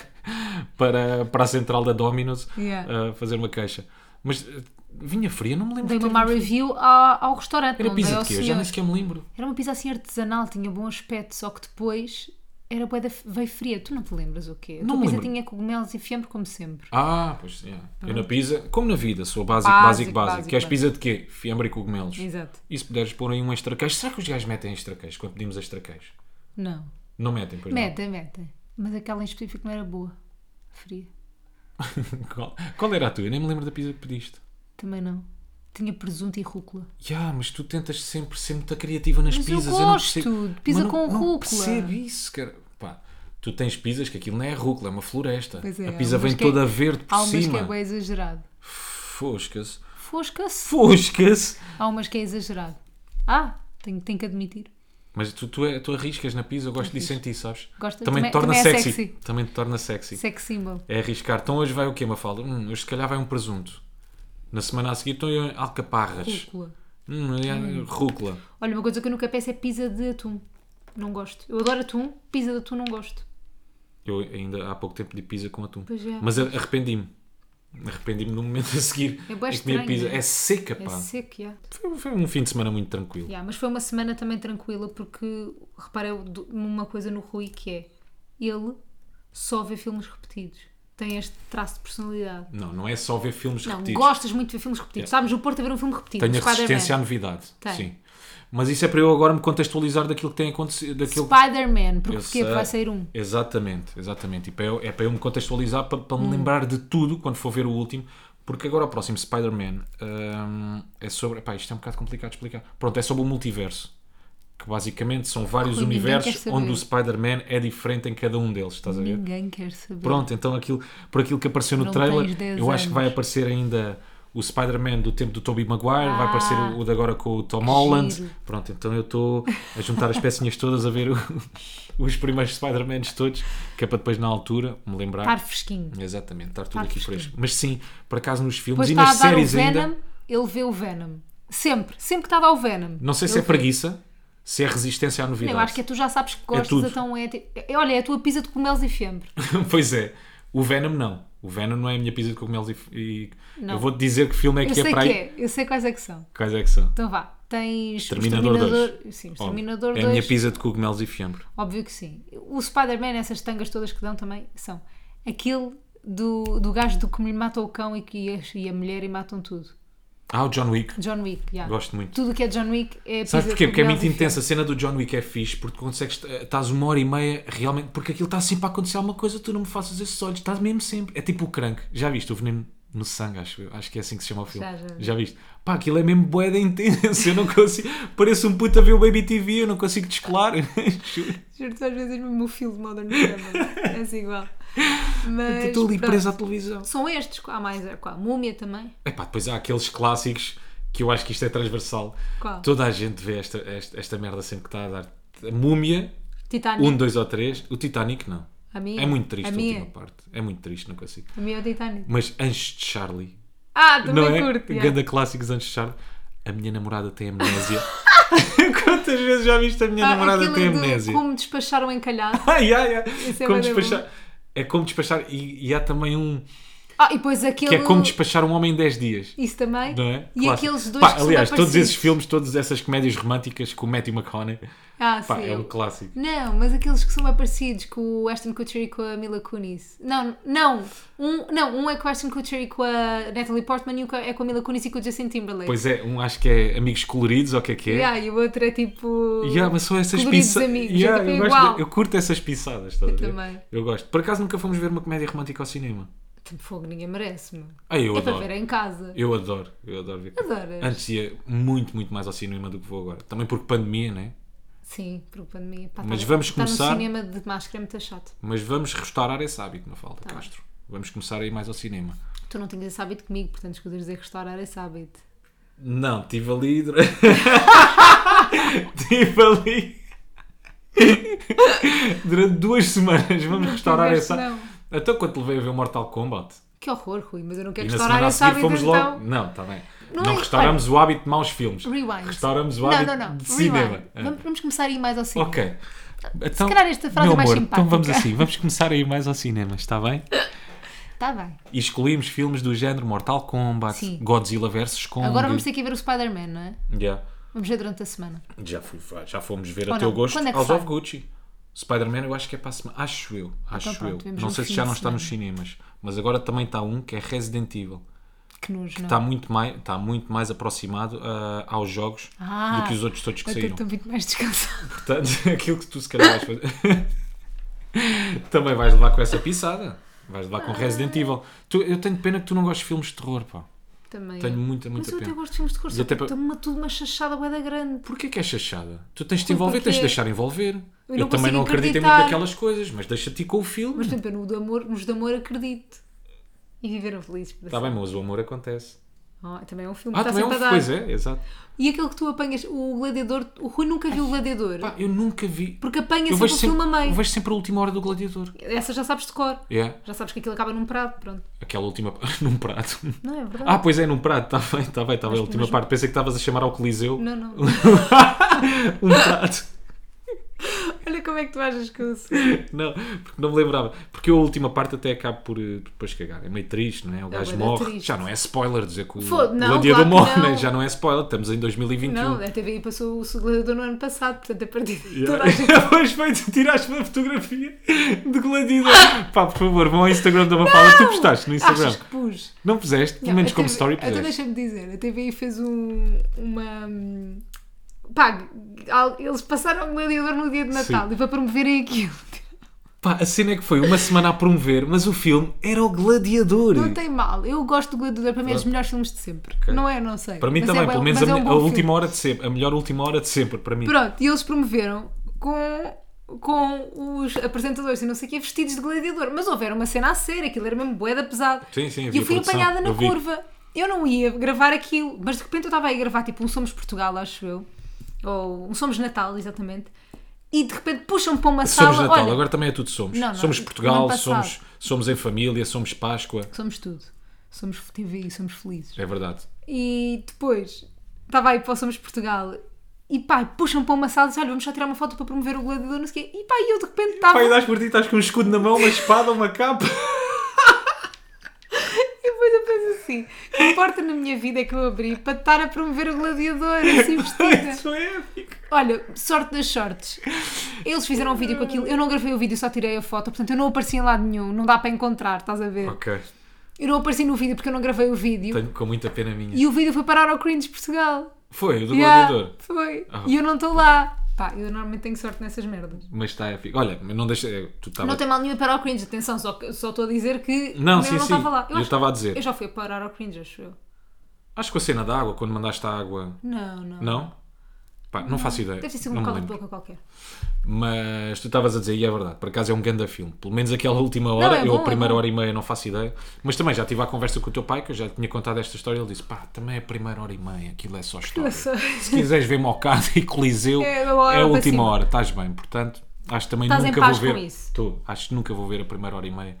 A: para, para a central da Domino's
B: Yeah.
A: a fazer uma queixa. Mas eh, vinha fria, não me lembro.
B: Dei
A: de
B: uma
A: ter
B: má
A: vindo.
B: review ao, ao restaurante.
A: Era
B: não
A: pizza
B: dei ao
A: de quê? Eu já
B: senhor.
A: nem sequer me lembro.
B: Era uma pizza assim artesanal, tinha bom aspecto, só que depois era bué da- veio fria. Tu não te lembras o quê? A
A: Não
B: tua
A: me
B: pizza
A: lembro.
B: tinha cogumelos e fiambre, como sempre.
A: Ah, pois sim. Eu na pizza, como na vida, sou básico,
B: Básico,
A: básico, básico.
B: básico,
A: Queres
B: básico.
A: pisa de quê? Fiambre e cogumelos.
B: Exato.
A: E se puderes pôr aí um extra queijo? Será que os gajos metem extra queijo quando pedimos extra queijo?
B: Não.
A: Não metem, pois não.
B: Metem, metem. Mas aquela em específico não era boa. Fria.
A: (laughs) qual, qual era a tua? Eu nem me lembro da pizza que pediste.
B: Também não. Tinha presunto e rúcula.
A: Ya, mas tu tentas sempre ser muito criativa nas
B: Mas eu
A: pizzas.
B: gosto de pizza
A: Mas
B: com rúcula.
A: percebo isso, cara. Pá, tu tens pizzas que aquilo não é rúcula, é uma floresta.
B: Pois é,
A: a
B: há
A: pizza
B: umas
A: vem
B: que é-
A: toda verde por
B: Há umas que
A: cima.
B: é bem exagerado.
A: Fosca-se.
B: Fosca-se.
A: Fosca-se.
B: Há umas que é exagerado. Ah, tenho, tenho que admitir.
A: Mas tu, tu, é- tu arriscas na pizza, eu gosto de sentir, sabes?
B: Gosto-
A: também, te
B: também-
A: torna
B: também é
A: sexy.
B: sexy.
A: Também te torna sexy.
B: Sex symbol.
A: É arriscar. Então hoje vai o quê, Mafalda? Hum, hoje se calhar vai um presunto. Na semana a seguir estão aí alcaparras.
B: Rúcula.
A: Hum, é, Rúcula.
B: Olha, uma coisa que eu nunca peço é pizza de atum. Não gosto. Eu adoro atum, pizza de atum não gosto.
A: Eu ainda há pouco tempo pedi pizza com atum.
B: Pois é.
A: Mas a- arrependi-me. Arrependi-me no momento a seguir.
B: É bué
A: em que a minha
B: estranho,
A: pizza.
B: né?
A: É seca,
B: É
A: pá.
B: seco, yeah.
A: Foi, foi um fim de semana muito tranquilo.
B: Yeah, mas foi uma semana também tranquila porque reparei do- numa coisa no Rui que é ele só vê filmes repetidos. Tem este traço de personalidade.
A: Não, não é só ver filmes
B: Não,
A: repetidos.
B: gostas muito de ver filmes repetidos. Sabes, o Porto a ver um filme repetido.
A: Tenho a
B: Spider-Man.
A: resistência à novidade.
B: Tem.
A: Sim. Mas isso é para eu agora me contextualizar daquilo que tem acontecido. Daquilo...
B: Spider-Man, porque
A: Eu
B: porquê?
A: sei.
B: Vai sair um.
A: Exatamente, exatamente. E para eu, é para eu me contextualizar, para, para
B: Hum.
A: me lembrar de tudo quando for ver o último, porque agora o próximo Spider-Man hum, é sobre. Epá, isto é um bocado complicado de explicar. Pronto, é sobre o multiverso. Que basicamente são vários
B: Rui, ninguém quer
A: universos
B: saber.
A: onde o Spider-Man é diferente em cada um deles, estás a ver?
B: Ninguém quer saber.
A: Pronto, então aquilo, por aquilo que apareceu no
B: Não
A: trailer,
B: tens 10
A: eu acho que vai
B: anos.
A: aparecer ainda o Spider-Man do tempo do Tobey Maguire, vai
B: Ah,
A: aparecer o o de agora com o Tom Holland.
B: giro.
A: Pronto, então eu estou a juntar as pecinhas todas a ver o- (laughs) os primeiros Spider-Mans todos, que é para depois na altura me lembrar.
B: Estar fresquinho.
A: Exatamente, estar tudo
B: Par
A: aqui
B: fresquinho.
A: fresco. Mas sim, por acaso nos filmes
B: Depois
A: e nas
B: está a dar o
A: séries
B: Venom,
A: ainda,
B: ele vê o Venom. Sempre. Sempre que está a dar o Venom.
A: não sei se é
B: ele vê.
A: preguiça, se é resistência à novidade.
B: Eu acho que é tu já sabes que gostas,
A: tudo.
B: então é, tipo- é- Olha, é a tua pizza de cogumelos e fiambre.
A: (laughs) pois é, o Venom não. O Venom não é a minha pizza de cogumelos e... e-
B: Não.
A: Eu vou-te dizer que filme é
B: Eu
A: que é
B: sei
A: para
B: que
A: aí.
B: é, eu sei quais é que são.
A: Quais é que são?
B: Então vá, tens. o
A: Terminador
B: Exterminador-
A: 2.
B: Sim, o
A: Óbvio.
B: Exterminador
A: É
B: 2.
A: a minha pizza de cogumelos e fiambre.
B: Óbvio que sim. O Spider-Man, essas tangas todas que dão também, são aquele do, do gajo do que me mata o cão e, que, as- e a mulher e matam tudo.
A: Ah, o John Wick.
B: John Wick, yeah.
A: Gosto muito.
B: Tudo o que é John Wick é pizza
A: Sabes porquê?
B: de
A: Porque é
B: cogumelos
A: muito
B: e fiambre.
A: intensa. A cena do John Wick é fixe porque consegues. eh, Estás uma hora e meia realmente. Porque aquilo está sempre a acontecer alguma coisa, tu não me faças esses olhos. Estás mesmo sempre. É tipo o crank. Já viste o veneno no sangue, acho eu. Acho que é assim que se chama o filme.
B: Já, já.
A: viste? Pá, aquilo é mesmo boeda intensa. Eu não consigo. Parece um puto a ver o Baby TV. Eu não consigo descolar. (laughs) Juro.
B: Juro-te, às vezes é mesmo o filme de Modern Family.
A: (laughs)
B: é igual. Mas,
A: Estou ali
B: pronto.
A: preso à televisão.
B: São estes, há mais, há a múmia também.
A: Epá, depois há aqueles clássicos que eu acho que isto é transversal.
B: Qual?
A: Toda a gente vê esta, esta, esta merda sempre que está a dar. A Múmia,
B: Titanic.
A: um, dois ou três. O Titanic, não.
B: A minha.
A: É muito triste
B: a
A: a,
B: minha.
A: última parte. É muito triste, não consigo.
B: A minha é o Titanic.
A: Mas Anjos de Charlie.
B: Ah, também
A: não é?
B: curto. yeah.
A: Ganda clássicos Anjos de Charlie. A minha namorada tem
B: (laughs)
A: amnésia. Quantas vezes já viste a minha
B: Ah,
A: namorada
B: aquilo
A: tem
B: do
A: amnésia?
B: Como despachar um encalhado.
A: Ai, ai, ai.
B: Isso é
A: Como
B: bué da
A: despachar. É como despachar. E, e há também um.
B: Ah, e depois aquele.
A: Que é como despachar um homem em 10 dias.
B: Isso também.
A: Não é?
B: E
A: Clássico.
B: aqueles dois
A: Pá,
B: que são
A: aliás,
B: bem
A: todos esses
B: parecidos.
A: filmes, todas essas comédias românticas com o Matthew McConaughey.
B: Ah,
A: Pá,
B: sim.
A: é um clássico.
B: Não, mas aqueles que são bem parecidos com o Ashton Kutcher e com a Mila Kunis. Não, não. Um, não, um é com o Ashton Kutcher e com a Natalie Portman e o que é com a Mila Kunis e com o Justin Timberlake.
A: Pois é, um acho que é Amigos Coloridos, ou o que é que é?
B: Yeah, e o outro é tipo.
A: Yeah, mas são essas
B: Coloridos
A: pissa-
B: amigos,
A: Yeah,
B: é tipo
A: eu, gosto
B: igual.
A: de- eu curto essas pisadas. estás a ver?
B: também.
A: Eu gosto. Por acaso nunca fomos ver uma comédia romântica ao cinema.
B: Tipo, fogo, ninguém merece, meu.
A: Ah, eu
B: é para
A: adoro.
B: ver em casa.
A: Eu adoro. Eu adoro ver.
B: Adoras?
A: Antes ia muito, muito mais ao cinema do que vou agora. Também porque pandemia, né?
B: Sim, por pandemia. Pá,
A: Mas
B: tá-
A: vamos
B: tá no
A: começar-
B: cinema de máscara é muito chato.
A: Mas vamos restaurar esse hábito, Mafalda
B: Tá
A: Castro. Vamos começar a ir mais ao cinema.
B: Tu não tinhas esse hábito comigo, portanto, escolheres dizer restaurar esse hábito.
A: Não, estive ali. dura- (laughs) Estive ali. Durante duas semanas. Vamos restaurar
B: tiveste,
A: essa. Até quando te levei a ver o Mortal Kombat.
B: Que horror, Rui, mas eu não
A: E
B: quero
A: na
B: restaurar
A: semana a
B: esse
A: seguir
B: hábito
A: fomos
B: então.
A: logo. Não, está bem.
B: Não
A: Não,
B: é-
A: restauramos o hábito de maus filmes.
B: Rewind.
A: Restauramos o
B: Não,
A: hábito
B: não, não.
A: de
B: Rewind.
A: cinema. Ah,
B: Vamos, vamos começar a ir mais ao cinema.
A: Ok. Então,
B: calhar esta frase
A: meu
B: é mais
A: amor, Então vamos
B: simpática.
A: assim, vamos começar a ir mais ao cinema, está bem?
B: Está Tá bem.
A: E escolhemos filmes do género Mortal Kombat,
B: Sim.
A: Godzilla vs. Kong.
B: Agora vamos ter que ir ver o Spider-Man, não é?
A: Yeah.
B: Vamos ver durante a semana.
A: Já, fui, já fomos ver
B: Ou
A: a teu
B: não?
A: gosto
B: Quando é que
A: House
B: sai? Então
A: of Gucci. Spider-Man eu acho que é para a semana. Acho eu, acho
B: pronto,
A: eu.
B: vemos
A: Não
B: no
A: sei se
B: fim
A: já
B: de
A: não está nos cinemas, mas agora também está um que é Resident Evil.
B: Que nojo, não?
A: Está muito Tá mais, está muito mais aproximado ah, aos jogos
B: Ah,
A: do que os outros todos que
B: Eu
A: saíram.
B: estou muito mais
A: (laughs)
B: descansado.
A: Portanto, aquilo que tu se calhar vais fazer. Também vais levar com essa pisada. Vais levar com Resident
B: Ah.
A: Evil. Tu- eu tenho pena que tu não gostes de filmes de terror, pá.
B: (laughs) Também.
A: Tenho muita,
B: Mas
A: muita
B: eu até
A: pena.
B: gosto de filmes de cor, só
A: até
B: que
A: pa-
B: toma tudo uma chachada boeda grande.
A: Porquê que é chachada? Tu tens de te
B: Porque
A: envolver, tens de
B: é-
A: deixar envolver. Eu,
B: não
A: também
B: consigo
A: não acredito em
B: acreditar.
A: muito daquelas coisas, mas deixa-te ir com o filme.
B: Mas, por exemplo, eu no do amor, nos de amor acredito. E viveram felizes. para
A: Está
B: sempre.
A: Tá bem, mas o amor acontece.
B: assim Oh, também é um filme
A: Ah,
B: que está
A: também é
B: sempre
A: um.
B: a dar.
A: Pois é, exato.
B: E aquele que tu apanhas, o gladiador, o Rui nunca viu o gladiador.
A: Pá, eu nunca vi.
B: porque apanha
A: Eu
B: sempre
A: vejo
B: o filme
A: sempre,
B: a
A: eu
B: meio.
A: vejo sempre a última hora do Gladiador.
B: Essa já sabes de cor.
A: É,
B: Já sabes que aquilo acaba num prato, pronto.
A: aquela última. (laughs) num prato.
B: Não é verdade?
A: Ah, pois é, num prato, está bem, está bem, está bem. A última
B: mas-
A: parte. Pensei que estavas a chamar ao Coliseu. (laughs)
B: Não, não.
A: Um prato. (laughs)
B: Olha como é que tu achas que eu sou.
A: Não, porque não me lembrava. Porque eu a última parte até acabo por eh, depois cagar. É meio triste, não é? O gajo
B: bué da
A: morre.
B: triste.
A: Já não é spoiler dizer que o
B: Foda- não,
A: gladiador
B: claro que
A: morre, né?
B: não.
A: já não é spoiler. Estamos em 2021.
B: Não, é a TVI passou o gladiador no ano passado, portanto, a partir de toda
A: Yeah. (laughs)
B: a gente.
A: é- Pois bem, tu tiraste uma fotografia de gladiador. Pá, por favor, vão ao Instagram da Mafalda. Tu postaste no Instagram.
B: Achas que pus?
A: Não puseste, pelo
B: Não,
A: menos
B: a
A: como
B: TV
A: story
B: Então
A: puseste.
B: deixa-me dizer, a TVI fez um, uma. hum, Pá, al- eles passaram o gladiador no dia de Natal e para promoverem aquilo.
A: Pá, a cena é que foi uma semana a promover, mas o filme era o Gladiador.
B: Não tem mal. Eu gosto do Gladiador, para mim é dos melhores filmes de sempre. Não é? Não sei.
A: Para mim
B: Mas
A: também,
B: é bué-
A: pelo menos a,
B: mas é um
A: minha-
B: bom
A: a
B: filme.
A: última hora de sempre, a melhor última hora de sempre, para mim.
B: Pronto, e eles promoveram com, com os apresentadores e não sei o quê vestidos de gladiador. Mas houve era uma cena a sério, aquilo era mesmo boeda pesado.
A: Sim, sim,
B: E
A: havia
B: eu fui
A: produção,
B: apanhada na
A: eu vi.
B: curva. Eu não ia gravar aquilo, mas de repente eu estava aí a gravar tipo um Somos Portugal, acho eu, ou um Somos Natal, exatamente, e de repente puxam-me para uma
A: Somos
B: sala.
A: Natal,
B: olha,
A: agora também é tudo somos.
B: Não, não,
A: somos
B: no
A: Portugal,
B: ano passado.
A: somos, somos em família, somos Páscoa.
B: somos tudo. Somos TV, somos felizes.
A: É verdade.
B: E depois estava aí para o Somos Portugal e pá, puxam para uma sala e dizem, olha, vamos só tirar uma foto para promover o gladiador, não sei o quê. E pá, e eu de repente estava.
A: Pai, Ah, dás por ti, estás com um escudo na mão, uma espada, uma capa.
B: E depois eu penso assim: que porta na minha vida é que eu abri para estar a promover o gladiador
A: (laughs)
B: assim
A: (laughs)
B: vestida?
A: Isso é épico.
B: Olha, sorte das sortes. Eles fizeram um vídeo com aquilo, eu não gravei o vídeo, só tirei a foto, portanto eu não apareci em lado nenhum, não dá para encontrar, estás a ver?
A: Ok,
B: Eu não apareci no vídeo porque eu não gravei o vídeo
A: tenho com muita pena minha.
B: e o vídeo foi parar ao Cringe Portugal.
A: Foi, o do
B: Yeah,
A: Gladiador.
B: foi.
A: Ah.
B: E eu não estou lá. Pá, eu normalmente tenho sorte nessas merdas.
A: Mas está épico. Olha, mas não deixa. é, Tu
B: Não
A: estava.
B: tem mal nenhum a parar ao cringe, atenção, só que- só estou a dizer que
A: Não,
B: eu
A: sim,
B: não
A: sim.
B: estava lá.
A: Eu
B: acho-
A: estava a dizer.
B: Eu já fui a parar ao cringe, acho eu.
A: Acho que a cena da água, quando mandaste a água.
B: Não, não.
A: Não? Pá, não faço ideia.
B: Deve ter sido
A: não me
B: um calo de
A: lembro.
B: boca qualquer.
A: Mas tu estavas a dizer, e é verdade, por acaso é um grande filme. Pelo menos aquela última hora,
B: é
A: eu
B: bom,
A: a
B: é
A: primeira
B: bom.
A: hora e meia não faço ideia. Mas também já tive a conversa com o teu pai, que eu já tinha contado esta história. Ele disse: pá, também é a primeira hora e meia, aquilo é só história.
B: só-
A: Se quiseres ver Mocado e Coliseu, é,
B: É a hora
A: a
B: para
A: última
B: cima.
A: hora, estás bem. Portanto, acho que também
B: Estás em
A: nunca
B: paz
A: vou ver.
B: com isso.
A: Tô, acho que nunca vou ver a primeira hora e meia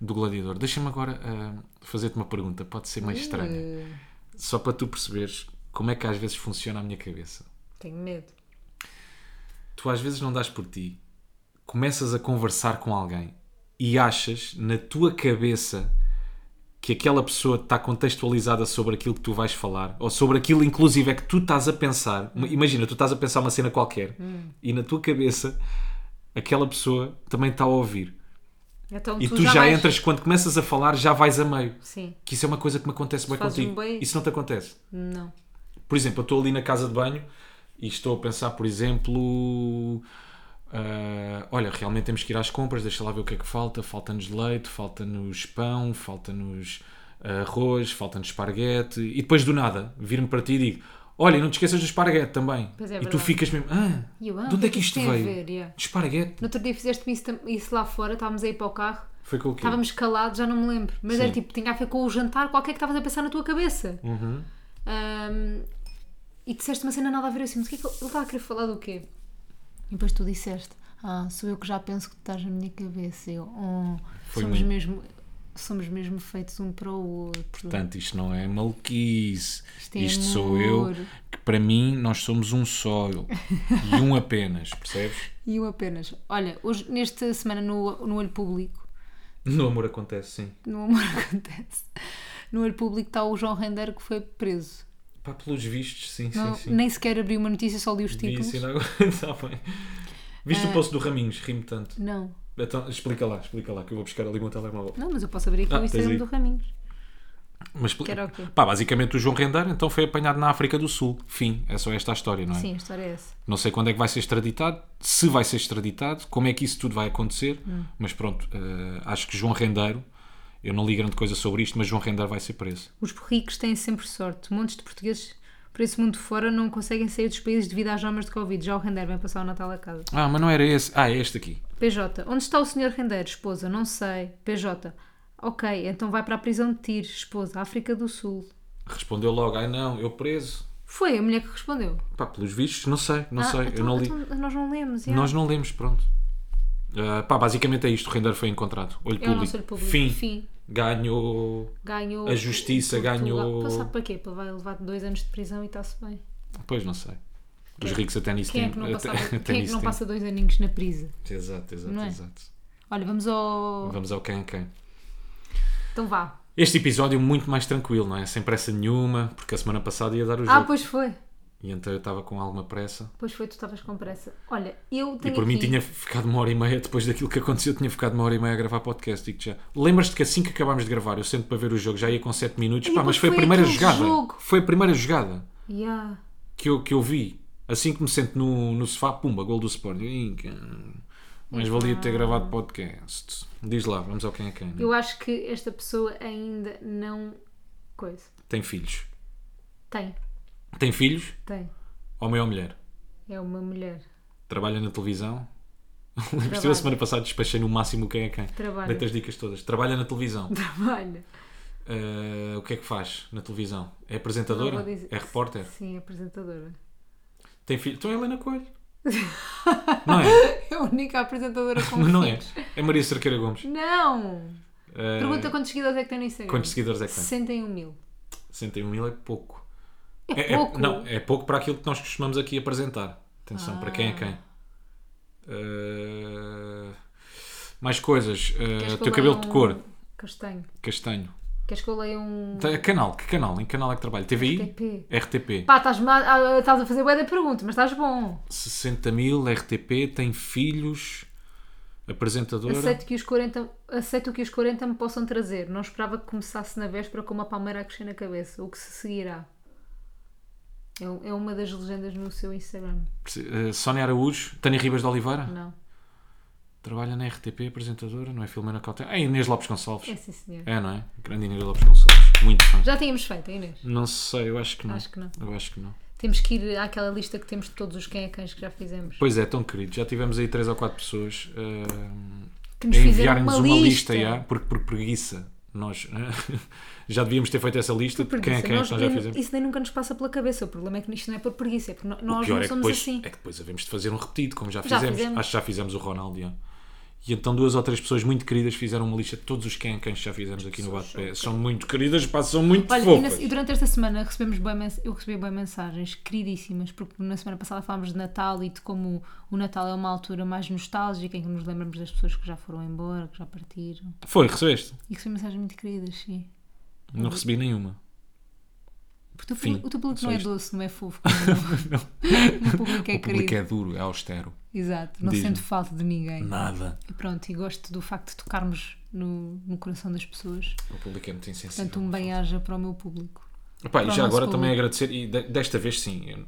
A: do Gladiador. Deixa-me agora ah, fazer-te uma pergunta, pode ser meio estranha,
B: Eh,
A: só para tu perceberes como é que às vezes funciona a minha cabeça.
B: (laughs) Tenho medo.
A: tu às vezes não dás por ti, começas a conversar com alguém e achas na tua cabeça que aquela pessoa está contextualizada sobre aquilo que tu vais falar ou sobre aquilo, inclusive, é que tu estás a pensar. Imagina, tu estás a pensar uma cena qualquer e na tua cabeça aquela pessoa também está a ouvir.
B: Então,
A: E tu, já,
B: vais-
A: entras, quando começas a falar, já vais a meio.
B: Sim,
A: Que isso é uma coisa que me acontece bem
B: Fazes
A: contigo.
B: um bem-
A: Isso não te acontece.
B: não.
A: Por exemplo, eu estou ali na casa de banho e estou a pensar, por exemplo, ah, olha, realmente temos que ir às compras, deixa lá ver o que é que falta. Falta-nos leite, falta-nos pão, falta-nos arroz, falta-nos esparguete. E depois do nada, vir-me para ti e digo, olha, não te esqueças do esparguete também.
B: Pois é,
A: e tu
B: verdade.
A: ficas mesmo, ah,
B: E eu, ah,
A: de
B: o que
A: onde
B: é
A: é
B: que
A: que
B: isto
A: isto
B: tem a
A: veio?
B: ver? Yeah.
A: De esparguete?
B: No outro dia fizeste-me isso, tam- isso lá fora, estávamos aí para o carro,
A: Foi com o quê?
B: estávamos calados, já não me lembro, mas
A: Sim.
B: era tipo, tinha a ver com o jantar qualquer que estavas a pensar na tua cabeça.
A: Uhum.
B: Ahm, e disseste uma cena nada a ver eu assim, mas o que é que ele ele estava a querer falar do quê? E depois tu disseste, ah, sou eu que já penso que tu estás na minha cabeça. Eu, "Oh,
A: Foi
B: somos
A: muito.
B: mesmo, somos mesmo feitos um para o outro.
A: Portanto, isto não é maluquice.
B: Isto
A: Isto,
B: é
A: sou
B: amor.
A: eu, que para mim nós somos um só e
B: (laughs)
A: um apenas, percebes?
B: E eu apenas, olha, hoje, nesta semana no, no Olho Público,
A: No amor acontece, sim.
B: no Amor (laughs) Acontece, no Olho Público está o João Render que foi preso.
A: Pá, pelos vistos, sim,
B: Não-
A: sim, sim.
B: Nem sequer abri uma notícia, só li os
A: Vi
B: títulos.
A: isso ainda agora. (laughs) Tá bem. Viste
B: É.
A: o post do Raminhos, rimo tanto.
B: Não,
A: Então, explica lá, explica lá, que eu vou buscar ali o meu telemóvel.
B: não, mas eu posso abrir aqui
A: Ah,
B: o
A: tens
B: Instagram
A: aí.
B: do Raminhos.
A: Mas, pl-
B: Que era o quê?
A: pá, basicamente o João Rendeiro então foi apanhado na África do Sul. Fim. É só esta a história, não é?
B: Sim, a história é essa.
A: Não sei quando é que vai ser extraditado, se vai ser extraditado, como é que isso tudo vai acontecer,
B: Hum.
A: mas pronto, eh, acho que João Rendeiro, eu não li grande coisa sobre isto, mas João Rendeiro vai ser preso.
B: Os ricos têm sempre sorte. Montes de portugueses por esse mundo fora não conseguem sair dos países devido às normas de Covid. Já o Rander vem passar o Natal a casa.
A: Ah, mas não era esse. Ah, é este aqui.
B: PJ. Onde está o senhor Rendeiro? Esposa. Não sei. PJ. Ok, então vai para a prisão de Tiro. Esposa. África do Sul.
A: Respondeu logo, ai não, eu preso.
B: Foi a mulher que respondeu.
A: Pá, pelos vistos, não sei, não
B: Ah,
A: sei, eu
B: então-
A: não li.
B: então nós não lemos. é.
A: Nós não lemos, pronto. Ah, pá, basicamente é isto, o Rendeiro foi encontrado. Olho
B: É o
A: público.
B: nosso olho público.
A: Fim.
B: Fim.
A: Ganhou.
B: Ganhou.
A: A justiça
B: Portugal.
A: ganhou-
B: Pá, Sabe para quê? Para vai levar dois anos de prisão e está-se bem.
A: Pois não sei. Os
B: Quem-
A: ricos até nisso
B: Quem é
A: têm.
B: que não,
A: (laughs) até-
B: passava-
A: até
B: quem é que
A: nisso
B: não
A: têm.
B: passa dois aninhos na prisa?
A: Exato, exato,
B: Não é?
A: exato.
B: Olha, vamos ao.
A: Vamos ao quem é quem.
B: Então vá.
A: Este episódio muito mais tranquilo, não é? Sem pressa nenhuma, porque a semana passada ia dar o jogo.
B: Ah, pois foi.
A: E então eu estava com alguma pressa.
B: Pois foi, tu estavas com pressa. Olha, eu
A: E
B: tenho.
A: por mim
B: aqui-
A: tinha ficado uma hora e meia, depois daquilo que aconteceu, tinha ficado uma hora e meia a gravar podcast. Digo já. Lembras-te que assim que acabámos de gravar, eu sento para ver o jogo, já ia com 7 minutos,
B: Ai,
A: pá, mas
B: pois
A: foi a
B: foi
A: primeira
B: aquele
A: jogada.
B: jogo.
A: Foi a primeira jogada
B: Ya.
A: que eu, que eu vi. Assim que me sento no, no sofá, pumba, gol do Sporting. Ih, que- Mas valia ter gravado podcast. Diz lá, vamos ao quem é quem. né?
B: Eu acho que esta pessoa ainda não. Coisa.
A: Tem filhos.
B: Tem,
A: Tem filhos?
B: tem.
A: Homem ou mulher?
B: É uma mulher. (laughs)
A: Trabalha na televisão. (laughs) Lembras-te, eu a semana passada despachei no máximo o quem é quem.
B: Trabalha.
A: Deita as dicas todas. Trabalha na televisão.
B: Trabalha.
A: Ah, o que é que faz na televisão? É
B: Não
A: apresentadora?
B: vou dizer-
A: É repórter?
B: Sim, apresentadora. (laughs)
A: Tem filho? Então é Helena Coelho. Não é?
B: É a única apresentadora com
A: (laughs) Não é?
B: filhos.
A: É Maria Cerqueira Gomes.
B: Não!
A: Ah,
B: Pergunta quantos seguidores é que tem no Instagram.
A: quantos seguidores é que tem?
B: 61 mil.
A: 61 mil é pouco.
B: É pouco?
A: não, é pouco para aquilo que nós costumamos aqui apresentar. Atenção, para quem é quem. Ah, mais coisas. Ah,
B: Queres que
A: teu
B: eu
A: cabelo
B: leia
A: de
B: um
A: cor,
B: Castanho.
A: castanho.
B: Queres que eu leia um.
A: Tá, Canal, que canal? Em que canal é que trabalho? TVI?
B: RTP.
A: RTP.
B: Pá, estás-me a- a- estás a fazer bué da pergunta, mas estás bom.
A: 60 mil, RTP, tem filhos, apresentadora.
B: Aceito que, os 40, aceito o que os 40 me possam trazer. Não esperava que começasse na véspera com uma palmeira a crescer na cabeça. O que se seguirá? É, u- é uma das legendas no seu Instagram.
A: Eh, Sónia Araújo, Tânia Ribas de Oliveira,
B: Não.
A: trabalha na RTP, apresentadora, não é Filomena Cautela. É Inês Lopes
B: É
A: Gonçalves.
B: sim, senhor.
A: É, não é? Grande Inês Lopes Gonçalves. Muito fã.
B: Já tínhamos feito, hein, Inês?
A: Não sei, eu acho que não.
B: Acho que não.
A: Eu acho que não.
B: Temos que ir àquela lista que temos de todos os quem é quem que já fizemos.
A: Pois é, tão querido. Já tivemos aí três ou quatro pessoas eh,
B: Que
A: a enviarem-nos uma, lista,
B: lista.
A: já, porque por preguiça. Nós (laughs) já devíamos ter feito essa lista. de
B: Por
A: Quem é
B: preguiça.
A: quem é
B: Nós
A: que nós já
B: nem-
A: fizemos?
B: Isso nem nunca nos passa pela cabeça. O problema é que isto não é por preguiça, é porque no-
A: O
B: nós
A: pior
B: não
A: é que,
B: somos
A: depois,
B: assim.
A: é que depois havemos de fazer um repetido, como já
B: Já
A: fizemos.
B: fizemos.
A: Acho que já fizemos o Ronaldo. já. E então duas ou três pessoas muito queridas fizeram uma lista de todos os quem quem já fizemos aqui no Bate-Pé. São muito queridas, pá, são muito
B: Olha, e, na-
A: fofas.
B: e durante esta semana recebemos bem, mens- eu recebi bem mensagens queridíssimas, porque na semana passada falámos de Natal e de como o Natal é uma altura mais nostálgica em que nos lembramos das pessoas que já foram embora, que já partiram.
A: Foi, recebeste?
B: E recebi mensagens muito queridas, sim.
A: Não
B: Hum?
A: recebi nenhuma.
B: Porque o teu
A: Fim.
B: público- o teu público
A: Só
B: não é
A: isto.
B: doce, não é
A: (laughs)
B: fofo. como o meu. O público é
A: o público
B: querido.
A: é duro, é austero.
B: Exato, não
A: Diz-me.
B: sento falta de ninguém.
A: Nada.
B: E pronto, e gosto do facto de tocarmos no, no coração das pessoas.
A: O público é muito insensível.
B: Portanto, um bem-aja para o meu público.
A: Epá, e
B: para o
A: já
B: nosso
A: agora também
B: público.
A: agradecer, e de- desta vez sim, eu,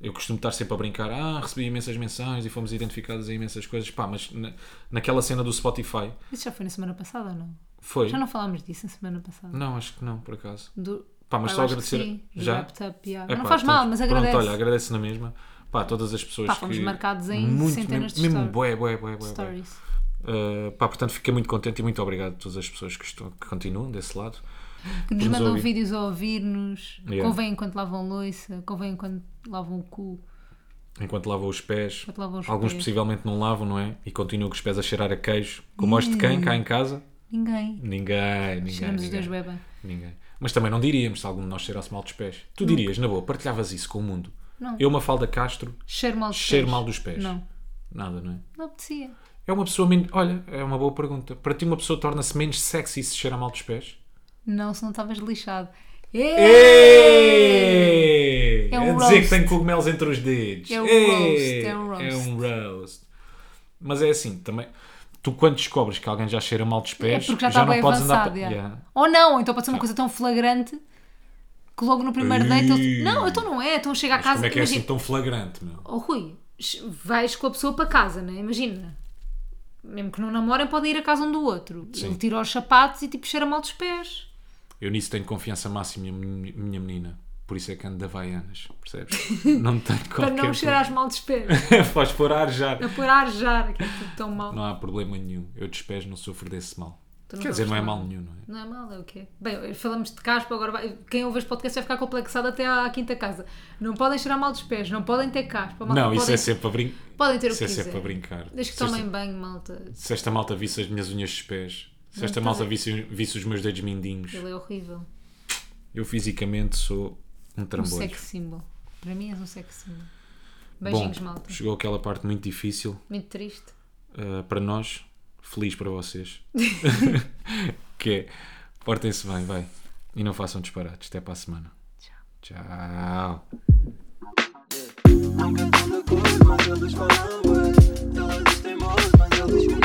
A: eu costumo estar sempre a brincar, ah, recebi imensas mensagens e fomos identificados em imensas coisas, pá, mas na- naquela cena do Spotify,
B: Isso já foi na semana passada ou não?
A: foi?
B: Já não falámos disso na semana passada.
A: Não, acho que não, por acaso.
B: Do...
A: Pá, mas
B: eu
A: só
B: acho que
A: agradecer-
B: sim, do
A: já?
B: Wrapped Up, yeah.
A: É
B: não
A: pá,
B: faz mal,
A: portanto,
B: mas agradece.
A: Pronto, olha, agradece na mesma. Pá, todas as pessoas
B: Pá,
A: que...
B: fomos marcados em centenas
A: mesmo,
B: de
A: mesmo
B: story-
A: bué, bué, bué, bué, bué.
B: Stories.
A: Uh, pá, portanto, fiquei muito contente e muito obrigado a todas as pessoas que, estão, que continuam desse lado.
B: Que nos
A: nos
B: mandam
A: ouvir.
B: vídeos a ouvir-nos.
A: Yeah.
B: Convém enquanto lavam louça, convém enquanto lavam o cu.
A: Enquanto lavam os pés.
B: Enquanto lavam os
A: Alguns
B: pés.
A: possivelmente não lavam, não é? E continuam com os pés a cheirar a queijo. Como os de quem cá em casa?
B: Ninguém.
A: Ninguém, ninguém,
B: Hum. Cheiramos os dois
A: ninguém,
B: bebem.
A: ninguém. Mas também não diríamos se algum de nós cheirasse mal dos pés. Tu dirias, na boa, partilhavas isso com o mundo.
B: Não.
A: Eu, Mafalda Castro,
B: Cheiro mal dos
A: cheiro
B: pés.
A: mal dos pés.
B: Não,
A: Nada, não é?
B: não apetecia.
A: É uma pessoa menos. Olha, é uma boa pergunta. Para ti, uma pessoa torna-se menos sexy se cheira mal dos pés?
B: Não, se não estavas lixado.
A: É,
B: É um
A: a dizer que
B: roast.
A: tem cogumelos entre os dedos.
B: É um
A: Ei!
B: roast, é um roast.
A: É um roast. Mas é assim, também. tu quando descobres que alguém já cheira mal dos
B: É
A: pés,
B: porque já
A: já,
B: está
A: não
B: bem
A: podes
B: avançado.
A: andar para.
B: yeah.
A: Yeah.
B: Ou não, então pode ser uma coisa tão flagrante que logo no primeiro
A: Ih.
B: date ele... Não, então não é, então chega a
A: Mas
B: casa
A: como é que é
B: imagina-
A: assim tão flagrante, meu?
B: Oh Rui, ch- vais com a pessoa para casa, né? Imagina. Mesmo que não namorem, podem ir à casa um do outro.
A: Sim.
B: Ele tira os sapatos e tipo cheira mal dos pés.
A: Eu nisso tenho confiança máxima, minha, minha menina. Por isso é que ando de Havaianas,
B: (laughs)
A: percebes? Não tenho
B: Para
A: qualquer
B: não cheirar mal dos pés.
A: problema. (laughs) Faz por já.
B: A pôr a arjar, que é tudo tão mal. Não,
A: Não há problema nenhum. Eu dos pés não sofro desse mal.
B: Tu não
A: Quer dizer, não é
B: gostas
A: mal nenhum, não é?
B: é mal, é o quê? Bem, falamos de caspa, agora vai- quem ouve este podcast vai ficar complexado até à quinta casa. Não podem cheirar mal dos pés, não podem ter caspa. malta,
A: não, isso
B: podem,
A: é sempre para brincar.
B: Podem ter o
A: Isso
B: que
A: é sempre
B: quiser.
A: para brincar. é
B: Desde que
A: Se esta-
B: tomem banho, malta.
A: Se esta malta visse as minhas unhas dos pés, se esta
B: tá
A: malta
B: bem.
A: visse, visse os meus dedos mindinhos,
B: Ele é horrível.
A: eu fisicamente sou um
B: Um
A: trambolho.
B: sex symbol. Para mim és um sex symbol. Beijinhos,
A: Bom,
B: malta.
A: chegou aquela parte muito difícil
B: Muito triste.
A: uh, para nós, feliz para
B: (laughs)
A: vocês. que é, portem-se bem, vai. E não façam disparates. Até para a semana. Tchau. Tchau.
C: Não cantando a cor, mas eles falam bué. Então eles têm voz, mas eles que não